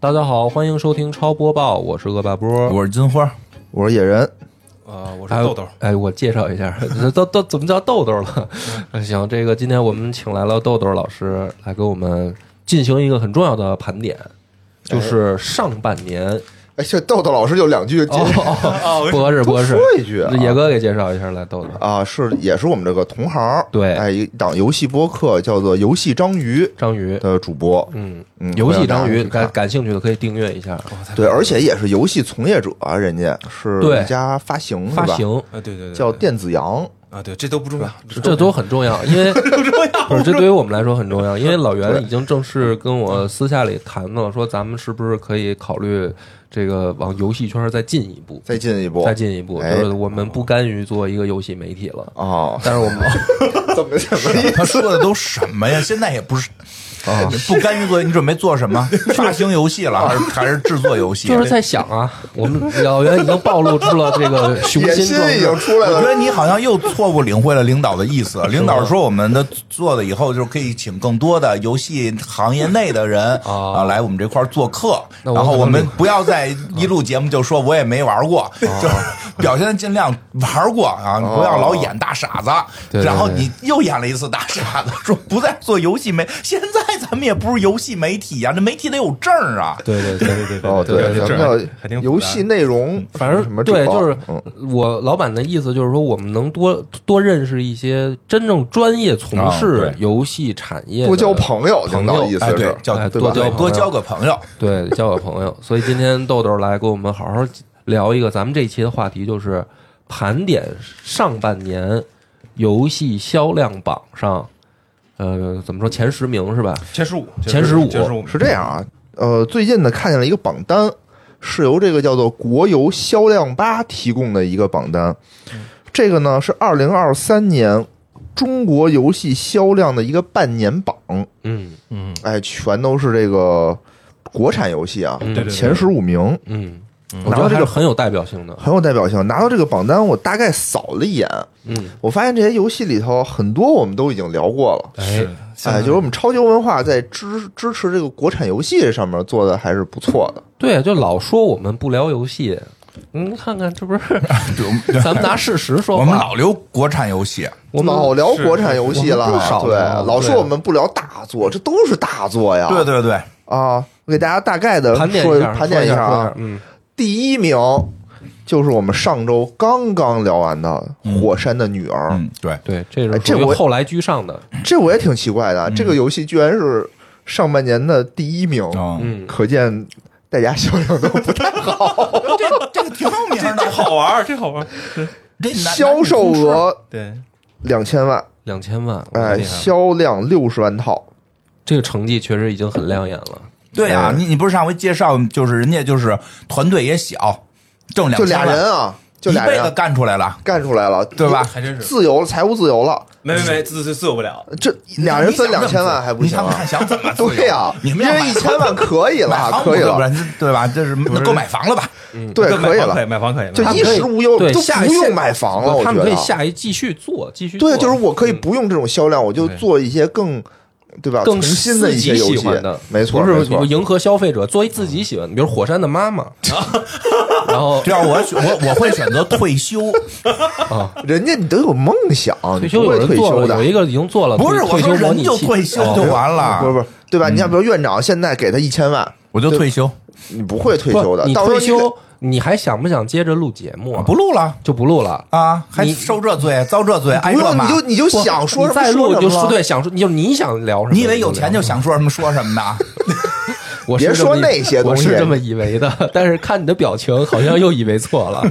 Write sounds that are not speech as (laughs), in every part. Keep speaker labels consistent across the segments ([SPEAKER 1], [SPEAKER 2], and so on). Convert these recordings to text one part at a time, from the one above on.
[SPEAKER 1] 大家好，欢迎收听超播报，我是恶霸波，
[SPEAKER 2] 我是金花，
[SPEAKER 3] 我是野人，
[SPEAKER 4] 啊，我是
[SPEAKER 1] 哎
[SPEAKER 4] 豆豆，
[SPEAKER 1] 哎，我介绍一下， (laughs) 这都都怎么叫豆豆了？ (laughs) 行，这个今天我们请来了豆豆老师来给我们进行一个很重要的盘点，就是上半年。
[SPEAKER 3] 哎，这豆豆老师就两句介绍
[SPEAKER 4] 啊
[SPEAKER 1] 哦，博士博士，
[SPEAKER 3] 多说一句啊
[SPEAKER 1] 野哥给介绍一下来，豆豆。
[SPEAKER 3] 啊，是也是我们这个同行儿
[SPEAKER 1] 对
[SPEAKER 3] 哎，一档游戏播客叫做《游戏章鱼
[SPEAKER 1] 章鱼》，
[SPEAKER 3] 的主播，
[SPEAKER 1] 嗯，
[SPEAKER 3] 嗯，
[SPEAKER 1] 游戏章
[SPEAKER 3] 我
[SPEAKER 1] 鱼，
[SPEAKER 3] 想大
[SPEAKER 1] 感
[SPEAKER 3] 家去看
[SPEAKER 1] 感兴趣的可以订阅一下。
[SPEAKER 3] 对，而且也是游戏从业者啊，人家是
[SPEAKER 1] 对
[SPEAKER 3] 一家发行是
[SPEAKER 1] 发
[SPEAKER 3] 吧？
[SPEAKER 1] 行，
[SPEAKER 4] 啊，对对对，
[SPEAKER 3] 叫电子羊，
[SPEAKER 4] 啊，对，这都不重要，
[SPEAKER 1] (laughs) 这都很重要，因为不是这对于我们来说很重要，因为老袁已经正式跟我私下里谈到了，说咱们是不是可以考虑这个往游戏圈再进一步，
[SPEAKER 3] 再进一步，
[SPEAKER 1] 再进一步，
[SPEAKER 3] 哎
[SPEAKER 1] 就是我们不甘于做一个游戏媒体了， (laughs)
[SPEAKER 3] 哦，
[SPEAKER 1] 但是我们
[SPEAKER 4] (laughs)
[SPEAKER 3] 怎么怎
[SPEAKER 1] (laughs)
[SPEAKER 3] 么
[SPEAKER 2] 他说的都什么呀？现在也不是啊，你不甘于做，你准备做
[SPEAKER 1] (laughs)
[SPEAKER 2] 什么？发行游戏了，还是还是制作游戏？
[SPEAKER 1] 就是在想啊，我
[SPEAKER 3] (laughs)
[SPEAKER 1] 们老袁已经暴露出了这个雄
[SPEAKER 3] 野
[SPEAKER 1] 心
[SPEAKER 3] 心
[SPEAKER 1] 壮
[SPEAKER 3] 已
[SPEAKER 1] 志
[SPEAKER 3] 经。出
[SPEAKER 1] (laughs)
[SPEAKER 3] 来
[SPEAKER 2] 我觉得
[SPEAKER 3] 了，
[SPEAKER 2] 你好像又错误领会了领导的意思。领导说我们的做了以后，就是可以请更多的游戏行业内
[SPEAKER 1] (laughs)
[SPEAKER 2] 的人
[SPEAKER 1] 哦
[SPEAKER 2] 啊来我们这块儿做客，
[SPEAKER 1] 那我
[SPEAKER 2] 然后
[SPEAKER 1] 可能
[SPEAKER 2] 我们
[SPEAKER 1] 领
[SPEAKER 2] 不要再一录节目就说我也没
[SPEAKER 1] (laughs)
[SPEAKER 2] 玩过，就是
[SPEAKER 1] 啊
[SPEAKER 2] 表现得尽量玩过啊，你不要老演大傻子。
[SPEAKER 1] 对对
[SPEAKER 2] 然后
[SPEAKER 1] 对
[SPEAKER 2] 你又演了一次大傻子， (laughs) 说不再做游戏媒，现在咱们也不是游戏媒体呀，这媒体得有证儿啊。
[SPEAKER 1] 对对对对对
[SPEAKER 3] 哦，
[SPEAKER 4] 对
[SPEAKER 3] 咱
[SPEAKER 4] 这
[SPEAKER 3] 们
[SPEAKER 4] 还
[SPEAKER 3] 叫
[SPEAKER 4] 挺
[SPEAKER 3] 游戏内容，
[SPEAKER 1] 反正
[SPEAKER 3] 什么
[SPEAKER 1] 对，
[SPEAKER 3] 这个
[SPEAKER 1] 就是
[SPEAKER 3] 嗯
[SPEAKER 1] 我老板的意思，就是说我们能多多认识一些真正专业从
[SPEAKER 2] 啊
[SPEAKER 1] 事
[SPEAKER 2] 对
[SPEAKER 1] 游戏产业的，
[SPEAKER 3] 多交朋友，领导
[SPEAKER 1] 朋友
[SPEAKER 3] 意思
[SPEAKER 2] 哎，对
[SPEAKER 3] 是，，
[SPEAKER 2] 交
[SPEAKER 1] 哎
[SPEAKER 2] 对
[SPEAKER 1] 多
[SPEAKER 2] 吧
[SPEAKER 1] 交朋
[SPEAKER 2] 多
[SPEAKER 1] 友
[SPEAKER 2] 交个朋友。
[SPEAKER 1] 对，交个朋友。所以今天豆豆来跟我们好好聊一个，咱们这期的话题就是盘点上半年游戏销量榜上，呃，怎么说前十名是吧？
[SPEAKER 4] 前十五，
[SPEAKER 1] 前十五
[SPEAKER 4] 前十五
[SPEAKER 3] 是这样啊，呃，最近呢看见了一个榜单，是由这个叫做国游销量吧提供的一个榜单，这个呢是二零二三年中国游戏销量的一个半年榜，
[SPEAKER 1] 嗯
[SPEAKER 4] 嗯，
[SPEAKER 3] 哎，全都是这个国产游戏啊，
[SPEAKER 2] 嗯
[SPEAKER 1] 对对
[SPEAKER 4] 对
[SPEAKER 3] 前十五名。
[SPEAKER 1] 嗯，我
[SPEAKER 3] 拿
[SPEAKER 1] 觉得
[SPEAKER 3] 到这
[SPEAKER 1] 还是
[SPEAKER 3] 个
[SPEAKER 1] 很有代表性的。
[SPEAKER 3] 很有代表性，拿到这个榜单，我大概扫了一眼，
[SPEAKER 1] 嗯，
[SPEAKER 3] 我发现这些游戏里头很多我们都已经聊过了，
[SPEAKER 2] 嗯
[SPEAKER 1] 哎，
[SPEAKER 3] 哎，就是我们超级文化在支支持这个国产游戏这上面做的还是不错的。
[SPEAKER 1] 对，就老说我们不聊游戏，嗯，看看这不是咱们拿事实说
[SPEAKER 2] 我
[SPEAKER 1] 话，
[SPEAKER 2] 们老留国产游戏，
[SPEAKER 3] 啊
[SPEAKER 1] 我们
[SPEAKER 3] 老聊国产游戏
[SPEAKER 1] 我们不
[SPEAKER 3] 了，
[SPEAKER 1] 少
[SPEAKER 3] 对
[SPEAKER 1] 聊，
[SPEAKER 3] 老说
[SPEAKER 1] 对
[SPEAKER 3] 我们不聊大作，这都是大作呀。
[SPEAKER 2] 对对对，
[SPEAKER 3] 啊，我给大家大概的
[SPEAKER 1] 盘点
[SPEAKER 3] 说
[SPEAKER 1] 下，
[SPEAKER 3] 盘点
[SPEAKER 1] 一说
[SPEAKER 3] 下
[SPEAKER 1] 一下
[SPEAKER 3] 啊。
[SPEAKER 1] 嗯，
[SPEAKER 3] 第一名就是我们上周刚刚聊完的《火山的女儿》，
[SPEAKER 2] 嗯，对，
[SPEAKER 1] 对，这是
[SPEAKER 3] 哎这
[SPEAKER 1] 属于
[SPEAKER 3] 我也
[SPEAKER 1] 后来居上的，
[SPEAKER 3] 这我也挺奇怪
[SPEAKER 1] 嗯
[SPEAKER 3] 的，啊这个游戏居然是上半年的第一名，
[SPEAKER 2] 嗯，
[SPEAKER 1] 嗯，
[SPEAKER 3] 可见大家销量都不太好，
[SPEAKER 2] 这这个挺有名
[SPEAKER 4] 这
[SPEAKER 2] 的，
[SPEAKER 4] 好玩儿，这好玩儿，
[SPEAKER 2] 这男
[SPEAKER 3] 销售，额
[SPEAKER 4] 对，
[SPEAKER 3] 两千万，
[SPEAKER 1] 两千万，我
[SPEAKER 3] 哎，
[SPEAKER 1] 天
[SPEAKER 3] 销量六十万套，
[SPEAKER 1] 这个成绩确实已经很亮眼了。
[SPEAKER 2] 对呀、
[SPEAKER 3] 哎
[SPEAKER 2] 你你不是上回介绍，就是人家就是团队也小，挣两
[SPEAKER 3] 就俩人啊，就俩
[SPEAKER 2] 一辈
[SPEAKER 3] 人
[SPEAKER 2] 子
[SPEAKER 3] 啊
[SPEAKER 2] 干出来了，
[SPEAKER 3] 干出来了，
[SPEAKER 2] 对吧？？
[SPEAKER 4] 还真是，
[SPEAKER 3] 自由了，财务自由了。
[SPEAKER 4] (laughs) 没没没，自自自由不了，
[SPEAKER 3] 这俩人分两千万还不行
[SPEAKER 2] 你
[SPEAKER 3] 啊
[SPEAKER 2] 看？想怎么自由
[SPEAKER 3] 对呀，
[SPEAKER 2] 你
[SPEAKER 3] 一
[SPEAKER 2] 们要
[SPEAKER 3] 人
[SPEAKER 2] 买
[SPEAKER 3] 一千万可以
[SPEAKER 2] 买
[SPEAKER 3] 了，
[SPEAKER 2] 房
[SPEAKER 3] 可以了，
[SPEAKER 2] 不是对吧？这是购买房了吧？
[SPEAKER 3] 对，
[SPEAKER 4] 买
[SPEAKER 3] 可以
[SPEAKER 4] 房可
[SPEAKER 3] 了，
[SPEAKER 4] 以买房可以，
[SPEAKER 3] 就
[SPEAKER 4] 买房
[SPEAKER 3] 衣食无忧，
[SPEAKER 1] 对
[SPEAKER 3] 都
[SPEAKER 1] 下
[SPEAKER 3] 不用买房了。我
[SPEAKER 1] 他
[SPEAKER 3] 觉
[SPEAKER 1] 们可以
[SPEAKER 3] 得，
[SPEAKER 1] 下一继续做，继续做
[SPEAKER 3] 对，就是我可以不用这种销量，我就
[SPEAKER 4] 对
[SPEAKER 3] 做一些更，对吧？
[SPEAKER 1] 更
[SPEAKER 3] 重新的一些
[SPEAKER 1] 自己
[SPEAKER 3] 游
[SPEAKER 1] 喜
[SPEAKER 3] 戏
[SPEAKER 1] 欢的，
[SPEAKER 3] 没错，
[SPEAKER 1] 不
[SPEAKER 3] 没
[SPEAKER 1] 是
[SPEAKER 3] 错。
[SPEAKER 1] 迎合消费者，做一自己喜欢的，比如火山的妈
[SPEAKER 3] (laughs)
[SPEAKER 1] 妈，然后
[SPEAKER 2] 这要啊我选我我会选择退休，
[SPEAKER 3] 人家你得有梦想，
[SPEAKER 1] 退
[SPEAKER 3] 你
[SPEAKER 1] 休
[SPEAKER 3] 不
[SPEAKER 1] 有
[SPEAKER 3] 会
[SPEAKER 1] 人
[SPEAKER 3] 退
[SPEAKER 1] 做
[SPEAKER 3] 休
[SPEAKER 1] 了，有
[SPEAKER 3] 的。
[SPEAKER 1] 一个已经做了，
[SPEAKER 2] (laughs) 不是
[SPEAKER 1] 退
[SPEAKER 2] 我说
[SPEAKER 1] 退休模
[SPEAKER 2] 人
[SPEAKER 1] 拟
[SPEAKER 2] 就
[SPEAKER 1] 器
[SPEAKER 2] 退休哦就完了，
[SPEAKER 3] 不是不是，对
[SPEAKER 1] 嗯
[SPEAKER 3] 吧？你像比如院长现在给他一千万，
[SPEAKER 2] 我就退休，
[SPEAKER 3] 你不会退
[SPEAKER 1] 不
[SPEAKER 3] 休的。
[SPEAKER 1] 你
[SPEAKER 3] 到时候
[SPEAKER 1] 退
[SPEAKER 3] 你得
[SPEAKER 1] 休，你还想不想接着录节目啊？
[SPEAKER 2] 不录了
[SPEAKER 1] 就不录了。
[SPEAKER 2] 啊，还
[SPEAKER 1] 你
[SPEAKER 2] 受这罪，遭这罪，挨
[SPEAKER 3] 不
[SPEAKER 2] 这
[SPEAKER 3] 用，
[SPEAKER 2] 骂
[SPEAKER 3] 你就你就
[SPEAKER 1] 不
[SPEAKER 3] 想说
[SPEAKER 1] 你
[SPEAKER 3] 什么
[SPEAKER 1] 再
[SPEAKER 3] 说
[SPEAKER 1] 录
[SPEAKER 3] 什
[SPEAKER 1] 就
[SPEAKER 3] 么
[SPEAKER 1] 说
[SPEAKER 3] 了
[SPEAKER 1] 对，想说你就你想聊什么？
[SPEAKER 2] 你以为有钱就
[SPEAKER 1] 聊？
[SPEAKER 2] 想 (laughs) 说什么说什么呢？
[SPEAKER 1] 我是
[SPEAKER 3] 别
[SPEAKER 1] 这么
[SPEAKER 3] 说那些东西
[SPEAKER 1] 我是这么以为的，但是看你的表情，好像又以为错
[SPEAKER 3] (laughs)
[SPEAKER 1] 了。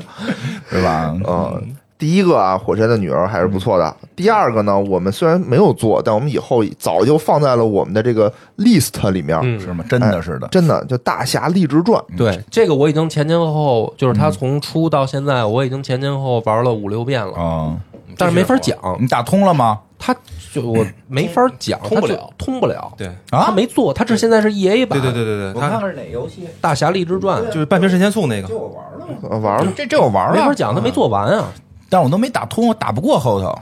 [SPEAKER 2] 对 (laughs) 吧？
[SPEAKER 3] 嗯，第一个啊，《火山的女儿》还是不错的。第二个呢，我们虽然没有做，但我们以后早就放在了我们的这个 list 里面。
[SPEAKER 1] 嗯，
[SPEAKER 2] 是吗？真的是的，
[SPEAKER 3] 真的，就《大侠立志传》
[SPEAKER 1] 对，这个我已经前前后后，就是他从出到现在，我已经前前后后玩了五六遍了，
[SPEAKER 2] 啊，
[SPEAKER 1] 但是没法讲，
[SPEAKER 2] 你打通了吗？
[SPEAKER 1] 他就我没法讲，
[SPEAKER 4] 通
[SPEAKER 1] 他
[SPEAKER 4] 不
[SPEAKER 1] 就
[SPEAKER 4] 了
[SPEAKER 1] 通不了，
[SPEAKER 4] 对
[SPEAKER 2] 啊
[SPEAKER 1] 他没做，他这现在是 E A 版，
[SPEAKER 4] 对对对对对，他
[SPEAKER 2] 是哪游戏，
[SPEAKER 1] 《大侠立志传》
[SPEAKER 4] 就是半瓶神仙醋那个，
[SPEAKER 2] 我玩了，
[SPEAKER 3] 呃玩了，
[SPEAKER 2] 这这我玩啊
[SPEAKER 1] 没法
[SPEAKER 2] 了，
[SPEAKER 1] 讲，他没做完啊。
[SPEAKER 2] 但是我都没打通，我打不过后头。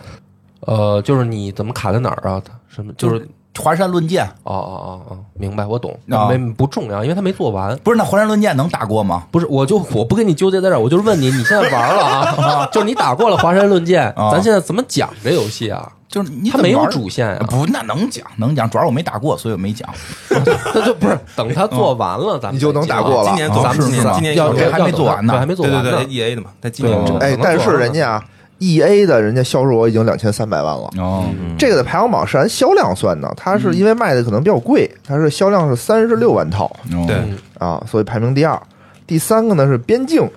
[SPEAKER 1] 呃，就是你怎么卡在哪儿啊？什么就是
[SPEAKER 2] 华山论剑，
[SPEAKER 1] 哦哦哦哦，明白，我懂，
[SPEAKER 2] 嗯啊
[SPEAKER 1] 没不重要，因为他没做完。
[SPEAKER 2] 不是那华山论剑能打过吗？
[SPEAKER 1] 不是，我就我不跟你纠结在这儿，我就是问你，你现在玩了啊？ (laughs) 就是你打过了华山论剑，
[SPEAKER 2] 啊
[SPEAKER 1] 咱现在怎么讲这游戏啊？
[SPEAKER 2] 就是你
[SPEAKER 1] 它
[SPEAKER 2] 怎么
[SPEAKER 1] 没有
[SPEAKER 2] 玩呃
[SPEAKER 1] 主线啊呀
[SPEAKER 2] 不，那能讲能讲，主要是我没打过，所以我没讲。
[SPEAKER 1] (laughs) 那就不是等他做完了，咱们
[SPEAKER 3] 你就能
[SPEAKER 1] 再
[SPEAKER 3] 打
[SPEAKER 1] 讲
[SPEAKER 3] 过了
[SPEAKER 4] 今年做
[SPEAKER 2] 哦
[SPEAKER 4] 完，今
[SPEAKER 2] 是
[SPEAKER 4] 年
[SPEAKER 2] 吗
[SPEAKER 4] 今年
[SPEAKER 1] 要
[SPEAKER 4] 有
[SPEAKER 2] 这
[SPEAKER 1] 要
[SPEAKER 2] 还没做完呢
[SPEAKER 1] 对还没做
[SPEAKER 4] 对
[SPEAKER 1] 完
[SPEAKER 4] 对
[SPEAKER 1] 呢。
[SPEAKER 4] 对，E A 的嘛，在今年
[SPEAKER 1] 对
[SPEAKER 4] 这
[SPEAKER 1] 哎
[SPEAKER 3] 哎，但是人家 E A 的人家销售额已经两千三百万了。
[SPEAKER 2] 哦，
[SPEAKER 1] 嗯
[SPEAKER 3] 这个的排行榜是按销量算的，它是因为卖的可能比较贵，它是销量是三十六万套
[SPEAKER 2] 哦
[SPEAKER 4] 对
[SPEAKER 3] 啊，所以排名第二。第三个呢是边境，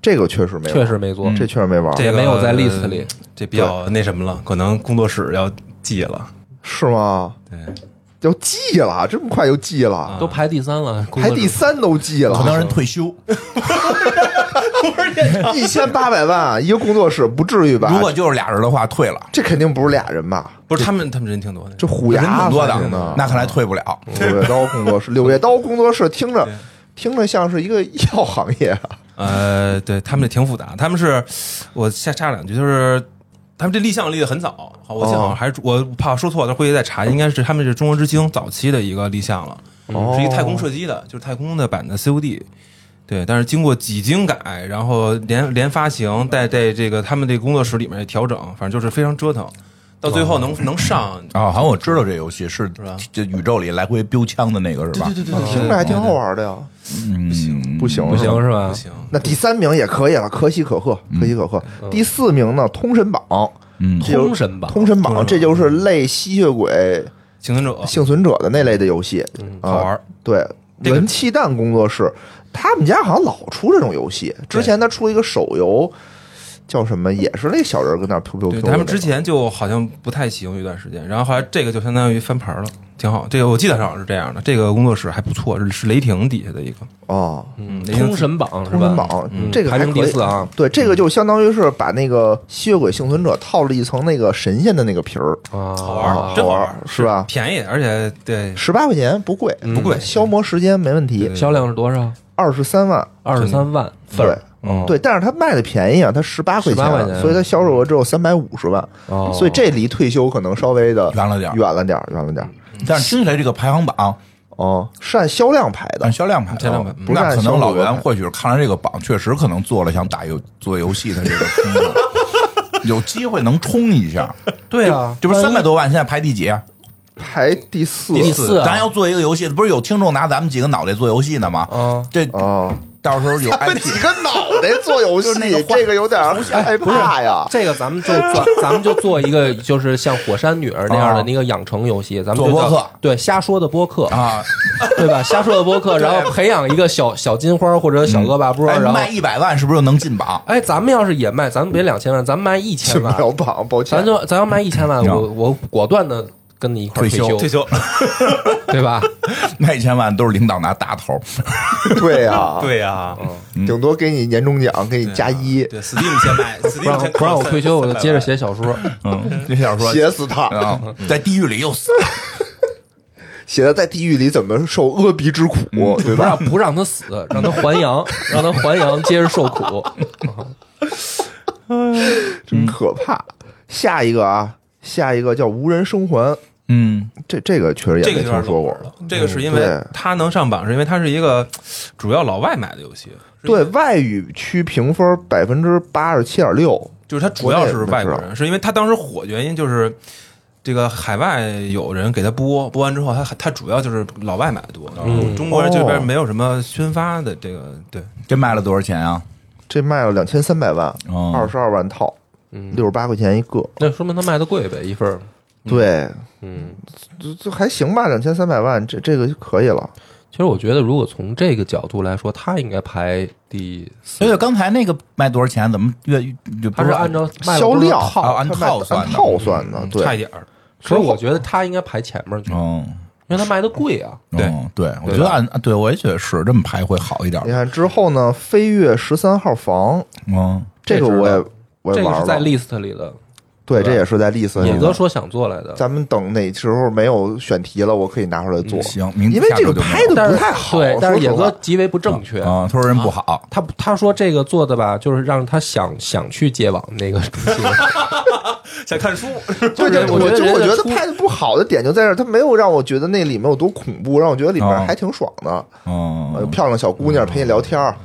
[SPEAKER 3] 这个确实没玩，
[SPEAKER 1] 确实没做，
[SPEAKER 3] 这确实没玩，
[SPEAKER 4] 这
[SPEAKER 1] 也
[SPEAKER 4] 个
[SPEAKER 1] 没有在 list 里，
[SPEAKER 4] 这比较那什么了，可能工作室要记了。
[SPEAKER 3] 是吗？
[SPEAKER 4] 对，
[SPEAKER 3] 要记了，这么快就记了，
[SPEAKER 1] 都排第三了，
[SPEAKER 3] 排第三都记
[SPEAKER 2] 可
[SPEAKER 3] 了，
[SPEAKER 2] 能人退休，
[SPEAKER 3] (laughs) 一千八百万一个工作室，不至于吧？
[SPEAKER 2] 如果就是俩人的话，退了。
[SPEAKER 3] 这肯定不是俩人吧？
[SPEAKER 4] 不是他们，他们人挺多的。
[SPEAKER 3] 这虎
[SPEAKER 2] 人
[SPEAKER 3] 牙
[SPEAKER 2] 挺多
[SPEAKER 3] 反正呢嗯
[SPEAKER 2] 的，那看来退不了。
[SPEAKER 3] 柳叶刀工作室，柳叶刀工作室听着听着像是一个药行业啊，
[SPEAKER 4] 呃，对他们这挺复杂，他们是我下插两句，就是他们这立项立的很早，好我记得好像还是我怕说错，了，回去再查，应该是他们是中国之星早期的一个立项了，
[SPEAKER 3] 哦
[SPEAKER 4] 是一个太空射击的，就是太空的版的 COD。对，但是经过几经改，然后连连发行，在在这个他们这个工作室里面也调整，反正就是非常折腾，到最后能、能上，
[SPEAKER 2] 啊，好像我知道这游戏是
[SPEAKER 4] 吧
[SPEAKER 2] 这宇宙里来回标枪的那个是吧？
[SPEAKER 4] 对对对，
[SPEAKER 3] 听着还挺好玩的呀。
[SPEAKER 2] 嗯，
[SPEAKER 3] 不行
[SPEAKER 1] 不行是吧？
[SPEAKER 4] 行，
[SPEAKER 3] 那第三名也可以了，可喜可贺，可喜可贺。第四名呢，通神榜，
[SPEAKER 2] 嗯
[SPEAKER 3] 这就
[SPEAKER 1] 通神榜
[SPEAKER 3] 通神榜，这就是类吸血鬼
[SPEAKER 4] 幸存者
[SPEAKER 2] 哦
[SPEAKER 3] 幸存者的那类的游戏，啊
[SPEAKER 4] 好玩儿。
[SPEAKER 3] 对，
[SPEAKER 4] 这个
[SPEAKER 3] 文气蛋工作室，他们家好像老出这种游戏。之前他出一个手游，叫什么，也是那小人跟那儿 Q Q
[SPEAKER 4] 对
[SPEAKER 3] Q。
[SPEAKER 4] 他们之前就好像不太行有一段时间，然后后来这个就相当于翻盘了，挺好。这个我记得好像是这样的，这个工作室还不错，是是雷霆底下的一个，
[SPEAKER 3] 哦，
[SPEAKER 4] 嗯，雷霆
[SPEAKER 1] 通神榜是吧？
[SPEAKER 3] 通神榜
[SPEAKER 1] 嗯
[SPEAKER 3] 这个还
[SPEAKER 1] 排名
[SPEAKER 3] 可以
[SPEAKER 1] 第四啊。
[SPEAKER 3] 对，这个就相当于是把那个吸血鬼幸存者套了一层那个神仙的那个皮儿，
[SPEAKER 1] 啊，好
[SPEAKER 4] 好玩
[SPEAKER 3] 啊
[SPEAKER 4] 儿，真
[SPEAKER 3] 好
[SPEAKER 4] 好
[SPEAKER 3] 玩儿
[SPEAKER 4] 玩儿，
[SPEAKER 3] 是吧
[SPEAKER 4] 便宜，而且对
[SPEAKER 3] 十八块钱不贵，
[SPEAKER 1] 嗯不贵
[SPEAKER 3] 消磨时间没问题，
[SPEAKER 1] 销量是多少？
[SPEAKER 3] 二十三万。
[SPEAKER 1] 二十三万份
[SPEAKER 3] 对
[SPEAKER 1] 儿，嗯，
[SPEAKER 3] 对，但是它卖的便宜啊，它十八块
[SPEAKER 1] 18块钱
[SPEAKER 3] 所以它销售额只有三百五十万，
[SPEAKER 1] 哦
[SPEAKER 3] 所以这离退休可能稍微的
[SPEAKER 2] 远了点儿
[SPEAKER 3] 远了点儿，远了点儿。
[SPEAKER 2] 但是听起来这个排行榜
[SPEAKER 3] 哦，是按销量排的
[SPEAKER 2] 按，销
[SPEAKER 1] 嗯
[SPEAKER 2] 量排的，哦
[SPEAKER 4] 销量排
[SPEAKER 3] 不是按
[SPEAKER 2] 那可
[SPEAKER 3] 销售
[SPEAKER 2] 能老
[SPEAKER 3] 排
[SPEAKER 2] 袁或许是看了这个榜，确实可能做了想打游做游戏的这个冲动，
[SPEAKER 3] (laughs)
[SPEAKER 2] 有机会能冲一下。
[SPEAKER 4] 对
[SPEAKER 3] 啊，
[SPEAKER 2] 这不是三百多万，现在排第几？啊
[SPEAKER 3] 排第四
[SPEAKER 1] 第四啊
[SPEAKER 2] 咱要做一个游戏，不是有听众拿咱们几个脑袋做游戏呢吗？
[SPEAKER 1] 啊，
[SPEAKER 2] 这
[SPEAKER 3] 哦，
[SPEAKER 2] 到时候有 IP
[SPEAKER 3] 几个脑袋做游戏
[SPEAKER 2] 就是那个，画
[SPEAKER 3] 这个有点儿害怕呀。
[SPEAKER 1] 这个咱们就转，咱们就做一个，就是像火山女儿那样的那个养成游戏，咱们就
[SPEAKER 2] 做播
[SPEAKER 1] 叫
[SPEAKER 2] 客
[SPEAKER 1] 对瞎说的播客，
[SPEAKER 2] 啊，
[SPEAKER 1] 对吧？瞎说的播客，然后培养一个小小金花或者小恶霸波，
[SPEAKER 2] 哎
[SPEAKER 1] 然后
[SPEAKER 2] 卖一百万是不是就能进榜？
[SPEAKER 1] 哎，咱们要是也卖，咱们别两千万，咱们卖一千
[SPEAKER 3] 进不
[SPEAKER 1] 万，
[SPEAKER 3] 了榜，抱歉
[SPEAKER 1] 咱。就咱要卖一千万，我我果断的跟你一块儿
[SPEAKER 2] 退休
[SPEAKER 1] 休，
[SPEAKER 4] 退休，
[SPEAKER 2] (laughs)
[SPEAKER 1] 对吧？
[SPEAKER 2] 那一千万都是领导拿大头，
[SPEAKER 3] 对呀，
[SPEAKER 4] 对呀，
[SPEAKER 2] 嗯
[SPEAKER 3] 顶多给你年终奖，给你加一，
[SPEAKER 4] 对，Steam 啊先买
[SPEAKER 1] 不
[SPEAKER 4] ，Steam
[SPEAKER 1] 让
[SPEAKER 4] 先
[SPEAKER 1] 不让我
[SPEAKER 4] 扣
[SPEAKER 1] 退休，我就接着
[SPEAKER 4] 300万。
[SPEAKER 1] 写小说。
[SPEAKER 3] (laughs)
[SPEAKER 2] 嗯，这小说
[SPEAKER 3] 写死他，
[SPEAKER 2] 啊，在地狱里又死，
[SPEAKER 3] 写的在地狱里怎么受阿鼻之苦，对
[SPEAKER 1] 不
[SPEAKER 4] 嗯
[SPEAKER 3] 吧？
[SPEAKER 1] 让不让他死，让他还阳，让他还阳，接着受苦。
[SPEAKER 4] 嗯
[SPEAKER 3] 真可怕。下一个啊，下一个叫无人生还，
[SPEAKER 2] 嗯，
[SPEAKER 3] 这这个确实也
[SPEAKER 4] 这个
[SPEAKER 3] 没
[SPEAKER 4] 有点
[SPEAKER 3] 听
[SPEAKER 4] 冷
[SPEAKER 3] 说过嗯
[SPEAKER 4] 门。了，这个是因为
[SPEAKER 3] 对
[SPEAKER 4] 它能上榜，是因为它是一个主要老外买的游戏，是
[SPEAKER 3] 对外语区评分百分之八十七点六，
[SPEAKER 4] 就是他主要是外
[SPEAKER 3] 国
[SPEAKER 4] 国
[SPEAKER 3] 内不知
[SPEAKER 4] 人，是因为他当时火的原因就是这个海外有人给他播，播完之后他他主要就是老外买的多，
[SPEAKER 1] 嗯
[SPEAKER 4] 中国人这
[SPEAKER 3] 哦
[SPEAKER 4] 边没有什么宣发的这个对，
[SPEAKER 2] 这卖了多少钱啊？
[SPEAKER 3] 这卖了两千三百万，
[SPEAKER 2] 哦
[SPEAKER 3] 二十二万套，
[SPEAKER 1] 嗯，
[SPEAKER 3] 六十八块钱一个。
[SPEAKER 1] 那说明他卖的贵呗，一份儿。
[SPEAKER 3] 对，
[SPEAKER 1] 嗯，
[SPEAKER 3] 这这还行吧，两千三百万，这这个就可以了。
[SPEAKER 1] 其实我觉得，如果从这个角度来说，他应该排第
[SPEAKER 2] 所
[SPEAKER 1] 四。
[SPEAKER 2] 以刚才那个卖多少钱？怎么越就
[SPEAKER 1] 他是按照卖了
[SPEAKER 3] 销
[SPEAKER 1] 多少
[SPEAKER 3] 量
[SPEAKER 1] 套
[SPEAKER 2] 啊按
[SPEAKER 3] 它
[SPEAKER 2] 套
[SPEAKER 3] 卖
[SPEAKER 2] 算的嗯
[SPEAKER 3] 按套算的，对，
[SPEAKER 4] 差一点儿，
[SPEAKER 1] 所以我觉得他应该排前面去，
[SPEAKER 2] 哦。
[SPEAKER 1] 因为他卖的贵啊。
[SPEAKER 4] 对
[SPEAKER 2] 嗯对，我觉得按对我也觉得是这么排会好一点
[SPEAKER 3] 你。看之后呢，《飞跃十三号房》
[SPEAKER 2] 嗯，
[SPEAKER 3] 这个
[SPEAKER 1] 这知道
[SPEAKER 3] 我也我也
[SPEAKER 1] 这个
[SPEAKER 3] 玩
[SPEAKER 1] 是在
[SPEAKER 3] 了，
[SPEAKER 1] list 里的，
[SPEAKER 3] 对，
[SPEAKER 1] 对吧
[SPEAKER 3] 这也是在 list 里
[SPEAKER 1] 野
[SPEAKER 3] 的
[SPEAKER 1] 哥。说想做来的，
[SPEAKER 3] 咱们等哪时候没有选题了，我可以拿出来做。
[SPEAKER 2] 行，明
[SPEAKER 3] 因为
[SPEAKER 2] 下
[SPEAKER 3] 这个
[SPEAKER 2] 周就没
[SPEAKER 3] 拍的
[SPEAKER 1] 但
[SPEAKER 3] 不
[SPEAKER 1] 是
[SPEAKER 3] 太好。
[SPEAKER 1] 对，但是
[SPEAKER 3] 说
[SPEAKER 1] 野
[SPEAKER 3] 实
[SPEAKER 1] 哥
[SPEAKER 3] 话
[SPEAKER 1] 极为不正确。
[SPEAKER 2] 啊，他说人不好，
[SPEAKER 1] 他他说这个做的吧，就是让他想想去戒网那个主题。
[SPEAKER 4] 想看书，
[SPEAKER 1] 就
[SPEAKER 3] 对
[SPEAKER 1] 是
[SPEAKER 3] 对，
[SPEAKER 1] 我
[SPEAKER 3] 我
[SPEAKER 1] 觉
[SPEAKER 3] 就
[SPEAKER 1] 得
[SPEAKER 3] 我
[SPEAKER 1] 人家
[SPEAKER 3] 觉得
[SPEAKER 1] 出
[SPEAKER 3] 拍的不好的点就在这儿，他没有让我觉得那里面有多恐怖，让我觉得里
[SPEAKER 2] 啊
[SPEAKER 3] 面还挺爽的。
[SPEAKER 2] 嗯，
[SPEAKER 3] 呃，漂亮小姑娘陪你聊天
[SPEAKER 2] 啊
[SPEAKER 3] 儿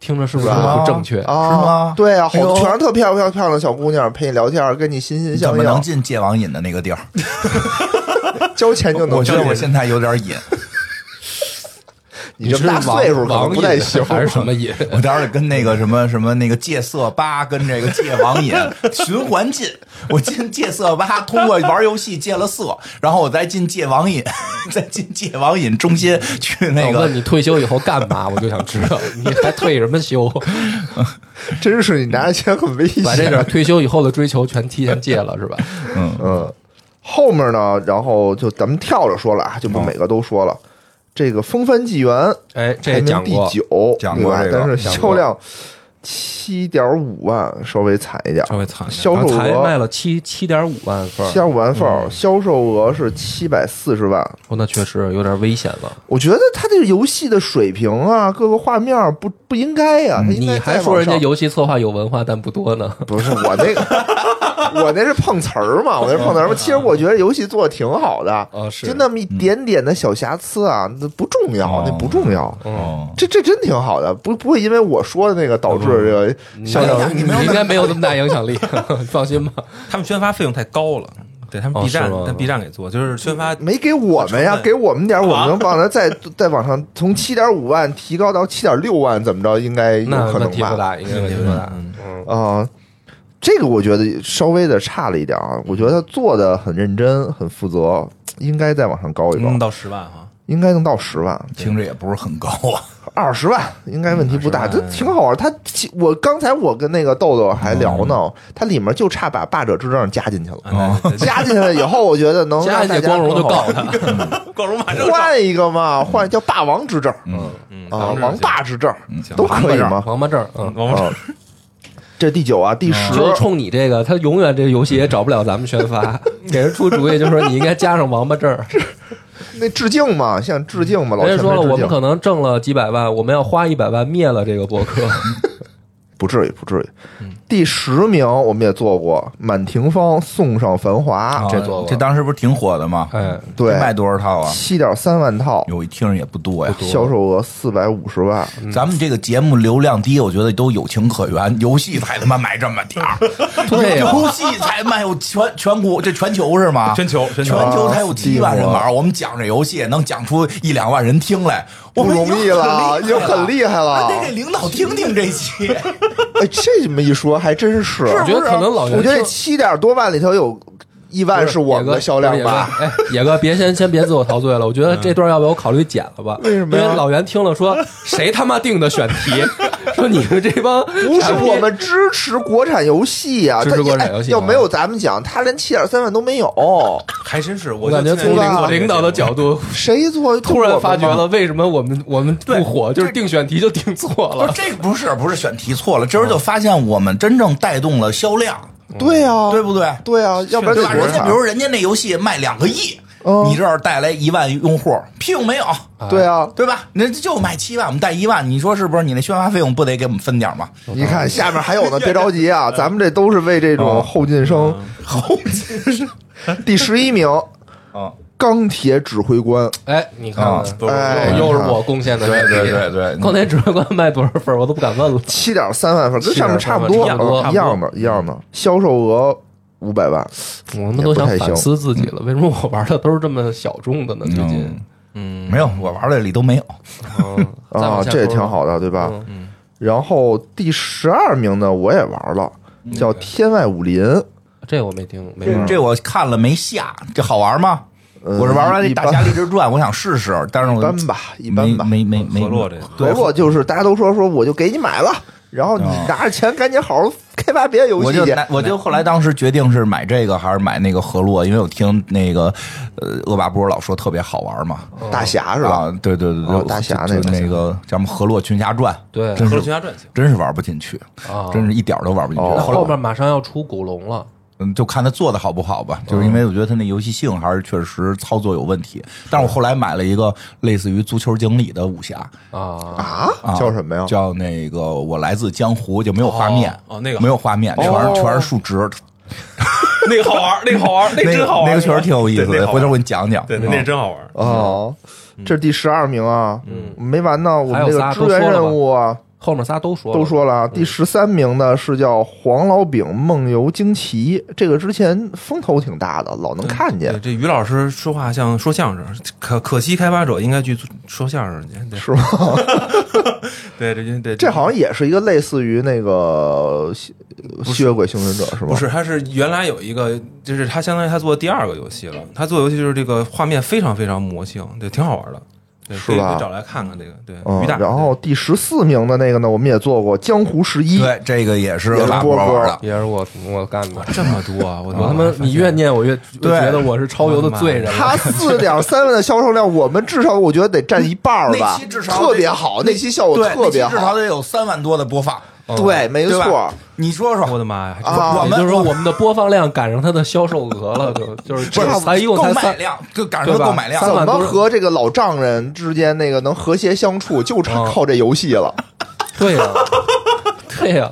[SPEAKER 1] 听着是不是
[SPEAKER 3] 是吧
[SPEAKER 1] 很不正确？
[SPEAKER 3] 啊，
[SPEAKER 2] 吗
[SPEAKER 3] 对啊，好
[SPEAKER 2] 哎呦
[SPEAKER 3] 多全是特漂亮漂亮的小姑娘陪你聊天儿，跟你心心
[SPEAKER 2] 怎
[SPEAKER 3] 相
[SPEAKER 2] 么能
[SPEAKER 3] 印，
[SPEAKER 2] 进戒网瘾的那个地儿？
[SPEAKER 3] 交钱就能
[SPEAKER 2] 我觉得
[SPEAKER 3] 进
[SPEAKER 2] 我现在有点瘾，
[SPEAKER 3] 你这么大
[SPEAKER 1] 是网
[SPEAKER 3] 岁数可能
[SPEAKER 1] 网
[SPEAKER 3] 不太
[SPEAKER 1] 瘾
[SPEAKER 3] 行，
[SPEAKER 1] 还是什么瘾？
[SPEAKER 2] 我待会儿跟那个什么什么那个戒色吧跟这个戒网瘾循环进，我进戒色吧，通过玩游戏戒了色，然后我再进戒网瘾， (laughs) 再进戒网瘾中心去那
[SPEAKER 1] 我
[SPEAKER 2] 个
[SPEAKER 1] 问你退休以后干嘛，我就想知道，你还退什么
[SPEAKER 3] (laughs)
[SPEAKER 1] 休？
[SPEAKER 3] (laughs) 真是你拿着钱很危险。
[SPEAKER 1] 把这点退休以后的追求全提前戒了是
[SPEAKER 3] (laughs)
[SPEAKER 1] 吧？
[SPEAKER 3] 嗯，后面呢，然后就咱们跳着说了啊，就不每个都说了。这个《风帆纪元》
[SPEAKER 1] 哎，这
[SPEAKER 3] 排
[SPEAKER 1] 也
[SPEAKER 3] 名
[SPEAKER 1] 讲
[SPEAKER 3] 第
[SPEAKER 1] 过，
[SPEAKER 3] 九，
[SPEAKER 2] 讲
[SPEAKER 3] 对
[SPEAKER 2] 过
[SPEAKER 3] 吧
[SPEAKER 2] 这个
[SPEAKER 3] 但是
[SPEAKER 1] 讲
[SPEAKER 3] 销
[SPEAKER 1] 过
[SPEAKER 3] 量七点五万，稍微惨一点。
[SPEAKER 4] 稍微惨一点。
[SPEAKER 3] 销售
[SPEAKER 1] 才卖
[SPEAKER 3] 额
[SPEAKER 1] 了七七点五万份儿，
[SPEAKER 3] 七点五万份儿，销售额是七百四十万。
[SPEAKER 1] 哦，那确实有点危险了。
[SPEAKER 3] 我觉得它这个游戏的水平啊，各个画面儿不不应该呀、它应该
[SPEAKER 1] 你还
[SPEAKER 3] 再
[SPEAKER 1] 说
[SPEAKER 3] 往
[SPEAKER 1] 人家
[SPEAKER 3] 上
[SPEAKER 1] 游戏策划有文化但不多
[SPEAKER 3] (laughs)
[SPEAKER 1] 呢？
[SPEAKER 3] 不是我那个，我那是碰瓷儿嘛，我那是碰瓷
[SPEAKER 1] (laughs)
[SPEAKER 3] 儿嘛。其实我觉得游戏做的挺好的，
[SPEAKER 1] 哦是
[SPEAKER 3] 就那么一点点的小瑕疵啊，那不重要
[SPEAKER 2] 哦，
[SPEAKER 3] 那不重要。
[SPEAKER 2] 哦，
[SPEAKER 3] 这这真挺好的，不不会因为我说的那个导致这个销量
[SPEAKER 1] 哦你应该没有那么大影响力， (laughs) 放心吧。
[SPEAKER 4] 他们宣发费用太高了，对他们
[SPEAKER 1] 哦
[SPEAKER 4] B 站
[SPEAKER 1] 是吗，
[SPEAKER 4] 但 B 站给做，就是宣发
[SPEAKER 3] 没给我们呀，
[SPEAKER 1] (laughs)
[SPEAKER 4] 成本
[SPEAKER 3] 给我们点儿，我
[SPEAKER 1] 啊
[SPEAKER 3] 们能帮他再再往上，从七点五万提高到七点六万，怎么着应该有
[SPEAKER 1] 那
[SPEAKER 3] 可
[SPEAKER 1] 问
[SPEAKER 3] 能
[SPEAKER 1] 题不
[SPEAKER 3] 吧？
[SPEAKER 1] 大，应该问题不大。嗯，
[SPEAKER 3] 啊、这个我觉得稍微的差了一点啊，我觉得他做的很认真，很负责，应该再往上高一高，
[SPEAKER 1] 嗯
[SPEAKER 4] 嗯弄到十万哈，
[SPEAKER 3] 应该能到十万，
[SPEAKER 2] 听着也不是很高啊。
[SPEAKER 3] 二十万应该问题
[SPEAKER 1] 嗯
[SPEAKER 3] 不大，
[SPEAKER 4] 20
[SPEAKER 3] 这
[SPEAKER 4] 万
[SPEAKER 3] 挺好玩。他我刚才我跟那个豆豆还聊
[SPEAKER 1] 嗯
[SPEAKER 3] 呢，它里面就差把霸者之杖加进去了，
[SPEAKER 4] 啊， (laughs) 对对对
[SPEAKER 3] 加进去了以后，我觉得能
[SPEAKER 1] 加
[SPEAKER 3] 让
[SPEAKER 1] 进
[SPEAKER 3] 大
[SPEAKER 1] 去
[SPEAKER 3] 家
[SPEAKER 1] 光荣就
[SPEAKER 3] 更好
[SPEAKER 1] 告他，
[SPEAKER 4] 光荣马上上，
[SPEAKER 3] 换一个嘛，换叫霸王之证
[SPEAKER 2] 嗯
[SPEAKER 4] 嗯
[SPEAKER 3] 啊，
[SPEAKER 4] 当
[SPEAKER 3] 王
[SPEAKER 4] 时
[SPEAKER 3] 霸之证
[SPEAKER 4] 行
[SPEAKER 3] 都可以吗？
[SPEAKER 1] 嗯王八证，嗯。
[SPEAKER 4] 王八
[SPEAKER 3] 啊，这第九啊，第十
[SPEAKER 1] 就冲你这个，他永远这个游戏也找不了咱们宣
[SPEAKER 3] (laughs)
[SPEAKER 1] 发，给人出主意就说你应该加上王八证儿。
[SPEAKER 3] 那致敬嘛，像致敬 (laughs) 嘛，老
[SPEAKER 1] 人
[SPEAKER 3] 前
[SPEAKER 1] 家说
[SPEAKER 3] 辈
[SPEAKER 1] 了，
[SPEAKER 3] 致
[SPEAKER 1] 我们
[SPEAKER 3] 敬
[SPEAKER 1] 可。能挣了几百万，我们要花一百万灭了这个博
[SPEAKER 3] (laughs)
[SPEAKER 1] 客。
[SPEAKER 3] 不至于，不至于。第十名我们也做过，满庭芳送上繁华，
[SPEAKER 1] 这做过
[SPEAKER 2] 啊这当时不是挺火的吗？
[SPEAKER 1] 哎，
[SPEAKER 3] 对
[SPEAKER 2] 这卖多少套啊？
[SPEAKER 3] 七点三万套，
[SPEAKER 2] 有一听着也不多呀。
[SPEAKER 3] 销售额四百五十万。
[SPEAKER 2] 咱们这个节目流量低，我觉得都有情可原。游戏才他妈卖这么点儿，
[SPEAKER 1] 对呀
[SPEAKER 2] 游戏才卖有全全国这全球是吗？
[SPEAKER 4] 全球全球
[SPEAKER 2] 全球才有七万人玩
[SPEAKER 3] 啊
[SPEAKER 2] 儿，我们讲这游戏能讲出一两万人听来，我
[SPEAKER 3] 不
[SPEAKER 2] 们
[SPEAKER 3] 容易了，
[SPEAKER 2] 了，
[SPEAKER 3] 已经很厉害了
[SPEAKER 2] 还。得给领导听听这
[SPEAKER 3] (laughs)
[SPEAKER 2] 期，
[SPEAKER 3] 哎，这这么一说还真是，
[SPEAKER 1] 我觉得可能老袁
[SPEAKER 3] 我觉得这
[SPEAKER 1] 听
[SPEAKER 3] 七点多万里头有一万是我们的销量吧？
[SPEAKER 1] 野
[SPEAKER 3] 嗯
[SPEAKER 1] 哥，哎，野哥，别先先别自我陶醉了，我觉得这段要不要我考虑剪了吧？
[SPEAKER 3] 为什么呀
[SPEAKER 1] 因为老袁听了说，谁他妈定的选
[SPEAKER 3] (laughs)
[SPEAKER 1] 题？说你们这帮
[SPEAKER 3] 不是
[SPEAKER 1] 傻逼
[SPEAKER 3] 我们支持国产游戏呀、啊，
[SPEAKER 1] 支持国产游戏
[SPEAKER 3] 要
[SPEAKER 1] 吗
[SPEAKER 3] 没有咱们讲，他连七点三万都没有，
[SPEAKER 4] 还真是，
[SPEAKER 1] 我
[SPEAKER 4] 我
[SPEAKER 1] 感觉从
[SPEAKER 3] 我
[SPEAKER 1] 领
[SPEAKER 3] 就
[SPEAKER 1] 导
[SPEAKER 3] 听
[SPEAKER 1] 领导的角
[SPEAKER 3] (laughs)
[SPEAKER 1] 度，
[SPEAKER 3] 谁做？
[SPEAKER 1] 突
[SPEAKER 3] 就
[SPEAKER 1] 然
[SPEAKER 3] 我们
[SPEAKER 1] 发觉
[SPEAKER 3] 吗
[SPEAKER 1] 了为什么我们我们不火，就是定选题就定错
[SPEAKER 2] 不
[SPEAKER 1] 了
[SPEAKER 2] 是。这不是不是选题错了，这时候就发现我们真正带动了销量，
[SPEAKER 3] 对啊，
[SPEAKER 2] 对不对？
[SPEAKER 3] 对啊，要不然
[SPEAKER 2] 对
[SPEAKER 3] 得
[SPEAKER 2] 吧？
[SPEAKER 3] 国
[SPEAKER 2] 人家
[SPEAKER 3] 产
[SPEAKER 2] 比。如人家那游戏卖两个亿，
[SPEAKER 3] 嗯
[SPEAKER 2] 你这儿带来一万用户，屁用没有，
[SPEAKER 3] 对啊，
[SPEAKER 2] 对吧？人家就卖七万，我们带一万，你说是不是？你那宣发费用不得给我们分点吗？
[SPEAKER 3] 你看下面还有呢，别着急啊，咱们这都是为这种后进生。
[SPEAKER 2] (laughs) 后劲是
[SPEAKER 3] 第十一名，
[SPEAKER 2] 啊，
[SPEAKER 3] 钢铁指挥官，
[SPEAKER 1] 哎，你看
[SPEAKER 2] 啊
[SPEAKER 1] 看，
[SPEAKER 4] 哦
[SPEAKER 3] 哎
[SPEAKER 1] 又是我贡献的选题。
[SPEAKER 2] 对
[SPEAKER 1] 刚才指挥官卖多少份儿我都不敢问 (laughs) 了。
[SPEAKER 3] 七点三万份，跟上面差不多，
[SPEAKER 1] 7.3万
[SPEAKER 3] 嗯一样的，一样的，销售额五百万。
[SPEAKER 1] 哎我们都想反思自己了，为什么我玩的都是这么小众的呢？最近，
[SPEAKER 4] 嗯，
[SPEAKER 2] 没有，我玩的里都没有。
[SPEAKER 1] 嗯再
[SPEAKER 3] 啊，
[SPEAKER 1] 往下
[SPEAKER 3] 这也
[SPEAKER 1] 说
[SPEAKER 3] 挺好的，对吧？
[SPEAKER 1] 嗯
[SPEAKER 3] 然后第十二名呢，我也玩了，叫《天外武林》。
[SPEAKER 1] 这我没听，没
[SPEAKER 2] 这
[SPEAKER 1] 玩。
[SPEAKER 2] 这我看了没下，这好玩吗？
[SPEAKER 3] 呃
[SPEAKER 2] 我是玩完这
[SPEAKER 3] 一
[SPEAKER 2] 《大
[SPEAKER 3] 般
[SPEAKER 2] 侠立志传》，我想试试，但是
[SPEAKER 3] 一
[SPEAKER 2] 我
[SPEAKER 3] 般吧，一般吧。
[SPEAKER 2] 没没没
[SPEAKER 4] 河洛这个
[SPEAKER 3] 合
[SPEAKER 2] 对
[SPEAKER 3] 作就是大家都说说，我就给你买了，然后你
[SPEAKER 2] 哦
[SPEAKER 3] 拿着钱赶紧好好开发别的游
[SPEAKER 2] 我
[SPEAKER 3] 戏
[SPEAKER 2] 就
[SPEAKER 3] 去。
[SPEAKER 2] 拿我就后来当时决定是买这个还是买那个河洛，因为我听那个呃恶霸波老说特别好玩嘛，
[SPEAKER 3] 大侠是吧？
[SPEAKER 2] 啊，对对对
[SPEAKER 3] 哦
[SPEAKER 2] 对，
[SPEAKER 3] 大侠
[SPEAKER 2] 就
[SPEAKER 3] 那个
[SPEAKER 2] 就那个叫什么《河洛群侠传》，
[SPEAKER 1] 对
[SPEAKER 2] 真
[SPEAKER 4] 合
[SPEAKER 2] 是
[SPEAKER 4] 群侠传行，
[SPEAKER 2] 真是玩不进去，
[SPEAKER 1] 啊，
[SPEAKER 2] 真是一点儿都玩不进去。
[SPEAKER 3] 哦
[SPEAKER 1] 那
[SPEAKER 2] 后来
[SPEAKER 1] 后
[SPEAKER 2] 我
[SPEAKER 1] 面马上要出古龙了，
[SPEAKER 2] 嗯，就看他做的好不好吧，就是因为我觉得他那游戏性还是确实操作有问题。但是我后来买了一个类似于足球经理的武侠，
[SPEAKER 1] 啊，
[SPEAKER 3] 啊
[SPEAKER 2] 啊，
[SPEAKER 3] 叫什么呀？
[SPEAKER 2] 叫那个我来自江湖，就没有画面，
[SPEAKER 4] 哦哦那个好
[SPEAKER 2] 没有画面，全是、
[SPEAKER 3] 哦
[SPEAKER 2] 全是数值，
[SPEAKER 4] (laughs) 那个好玩，那个好玩，那
[SPEAKER 2] 那
[SPEAKER 4] 个
[SPEAKER 2] 个
[SPEAKER 4] 真好玩，
[SPEAKER 2] 那个确实挺有意思
[SPEAKER 4] 对那个
[SPEAKER 2] 的，
[SPEAKER 4] 好玩
[SPEAKER 2] 回头我给你讲嗯讲。
[SPEAKER 4] 对，那那真好玩。
[SPEAKER 3] 哦，这是第十二名啊，嗯，没完呢，我
[SPEAKER 1] 还
[SPEAKER 3] 们
[SPEAKER 1] 有
[SPEAKER 3] 这
[SPEAKER 1] 仨
[SPEAKER 3] 个支
[SPEAKER 1] 都
[SPEAKER 3] 援
[SPEAKER 1] 说了
[SPEAKER 3] 任
[SPEAKER 1] 吧
[SPEAKER 3] 务啊，
[SPEAKER 1] 后面仨都说了
[SPEAKER 3] 都说了，啊第十三名呢是叫黄老饼梦游惊奇，这个之前风头挺大的，老能看
[SPEAKER 4] 对，
[SPEAKER 3] 见，
[SPEAKER 4] 这于老师说话像说相声，可可惜开发者应该去说相声去，对
[SPEAKER 3] 是吗？
[SPEAKER 4] (laughs) 对对对，
[SPEAKER 3] 这好像也是一个类似于那个吸吸血鬼幸存者是吧？
[SPEAKER 4] 不是，他是原来有一个，就是他相当于他做第二个游戏了。他做游戏就是这个画面非常非常魔性，对，挺好玩的，对，
[SPEAKER 3] 是
[SPEAKER 4] 可以
[SPEAKER 3] 吧
[SPEAKER 4] 可以找来看看这个，对，
[SPEAKER 3] 嗯
[SPEAKER 4] 于大。，
[SPEAKER 3] 然后第十四名的那个呢，我们也做过《江湖十一》，
[SPEAKER 2] 对，这个也是
[SPEAKER 3] 也是
[SPEAKER 2] 拉
[SPEAKER 3] 波
[SPEAKER 2] 玩
[SPEAKER 3] 波
[SPEAKER 2] 的，
[SPEAKER 1] 也是哦我我干的
[SPEAKER 4] 哇，。这么多啊，我
[SPEAKER 1] 我他妈，你越念我越越觉得我是超油的罪人了。
[SPEAKER 3] 它四点三万的销售量，我们至少我觉得得占一半儿吧
[SPEAKER 2] 那期，至少
[SPEAKER 3] 特别好，那期效果
[SPEAKER 2] 对，
[SPEAKER 3] 特别
[SPEAKER 2] 那期至少
[SPEAKER 3] 好，
[SPEAKER 2] 得有三万多的播放，
[SPEAKER 3] 对，没
[SPEAKER 2] 对
[SPEAKER 3] 错
[SPEAKER 2] 吧，？你说说，
[SPEAKER 4] 我的妈呀！
[SPEAKER 3] 啊
[SPEAKER 2] 我
[SPEAKER 1] 也就是
[SPEAKER 2] 们
[SPEAKER 1] 说，我们的播放量赶上它的销售额了，就就是
[SPEAKER 2] 不是
[SPEAKER 1] 才一共
[SPEAKER 2] 购
[SPEAKER 1] 才
[SPEAKER 2] 买
[SPEAKER 1] 三
[SPEAKER 2] 量，就赶上
[SPEAKER 1] 对吧
[SPEAKER 2] 购
[SPEAKER 3] (laughs)
[SPEAKER 2] 买量
[SPEAKER 1] 三
[SPEAKER 3] 怎
[SPEAKER 1] 万
[SPEAKER 3] 么
[SPEAKER 1] 多人
[SPEAKER 3] 和这个老丈人之间那个能和谐相处，就差靠这游戏了。
[SPEAKER 1] 对呀、对呀、